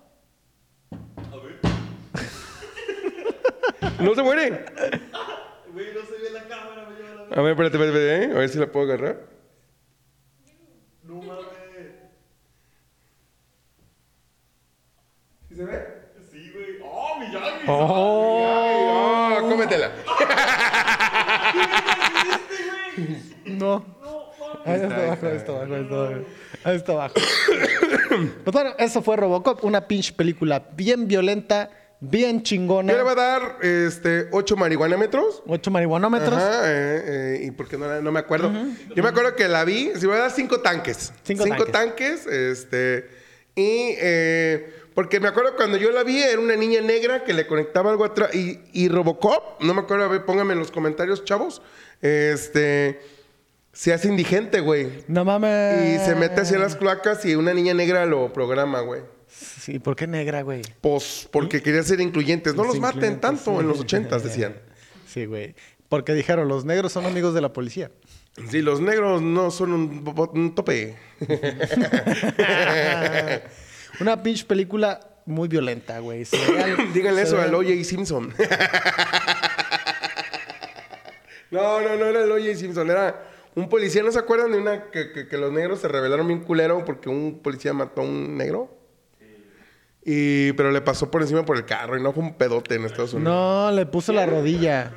¡No se muere! Güey, no se ve la cámara, A ver, espérate, espérate, espérate, ¿eh? A ver si la puedo agarrar. ¡Ah, ¡Oh! ¡Cómetela! no. Ahí está abajo, ahí está abajo, ahí está abajo. Ahí está abajo. Pues bueno, eso fue Robocop, una pinche película bien violenta, bien chingona. Yo le voy a dar este, 8 marihuanómetros. Ocho marihuanómetros. Ajá, eh, eh, y porque no, no me acuerdo. Yo me acuerdo que la vi, si voy a dar 5 tanques. Cinco tanques. este. Y. eh, porque me acuerdo cuando yo la vi, era una niña negra que le conectaba algo atrás. Y, y Robocop, no me acuerdo, a ver, pónganme en los comentarios, chavos. Este. Se hace indigente, güey. No mames. Y se mete hacia las cloacas y una niña negra lo programa, güey. Sí, ¿por qué negra, güey? Pues porque quería ser incluyentes. No los maten ¿Mm? incluyentes, tanto sí. en los ochentas, decían. Sí, güey. Porque dijeron, los negros son amigos de la policía. Sí, los negros no son un, bo- un tope. Una pinche película muy violenta, güey. Se ve al- Díganle se eso ve al OJ Simpson. no, no, no era el OJ Simpson. Era un policía. ¿No se acuerdan de una que, que- que los negros se rebelaron bien culero porque un policía mató a un negro? Y, pero le pasó por encima por el carro y no fue un pedote en Estados Unidos. No, le puso la rodilla.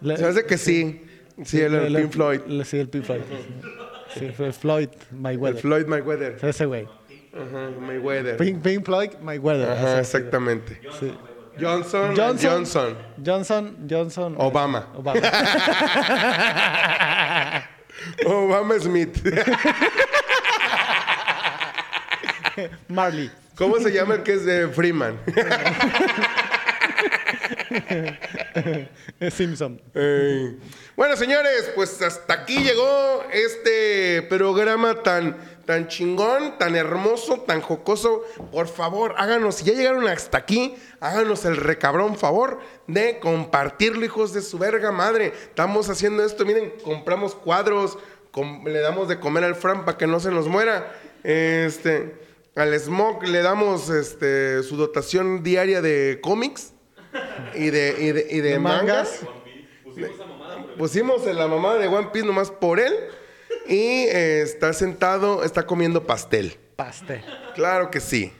Le- Se hace que sí. Sí, el, le- el le- Pink Floyd. le- sí, el Pink Floyd. Sí, fue Floyd El Mayweather. Floyd Mayweather. Ese güey. Ajá, Mayweather. Pink, Pink Floyd Mayweather. Ajá, Ese- exactamente. sí. Johnson, Johnson. Johnson. Johnson, Johnson. Obama. Obama. Obama Smith. Marley. ¿Cómo se llama el que es de Freeman? Simpson. Ey. Bueno, señores, pues hasta aquí llegó este programa tan, tan chingón, tan hermoso, tan jocoso. Por favor, háganos, si ya llegaron hasta aquí, háganos el recabrón favor de compartirlo, hijos de su verga madre. Estamos haciendo esto, miren, compramos cuadros, com- le damos de comer al Fran para que no se nos muera. Este, al Smog le damos este, su dotación diaria de cómics y de, y de- y de ¿De mangas. mangas? Pusimos en la mamá de One Piece nomás por él. Y eh, está sentado, está comiendo pastel. Pastel. Claro que sí.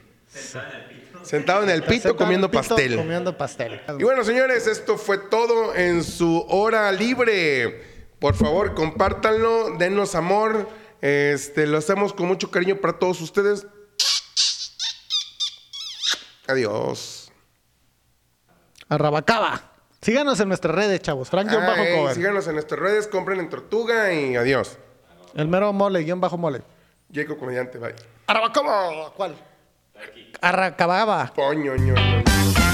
Sentado en el pito Sentado comiendo en el pito pastel. Comiendo pastel. Y bueno, señores, esto fue todo en su hora libre. Por favor, compártanlo, denos amor. Este, lo hacemos con mucho cariño para todos ustedes. Adiós. Arrabacaba. Síganos en nuestras redes, chavos. Frank guión Ah, bajo eh, cover. síganos en nuestras redes, compren en Tortuga y adiós. El mero mole, guión bajo mole. Jacob Comediante, bye. Arrabacaba. ¿Cuál? Arracababa. Poño, ño, ño.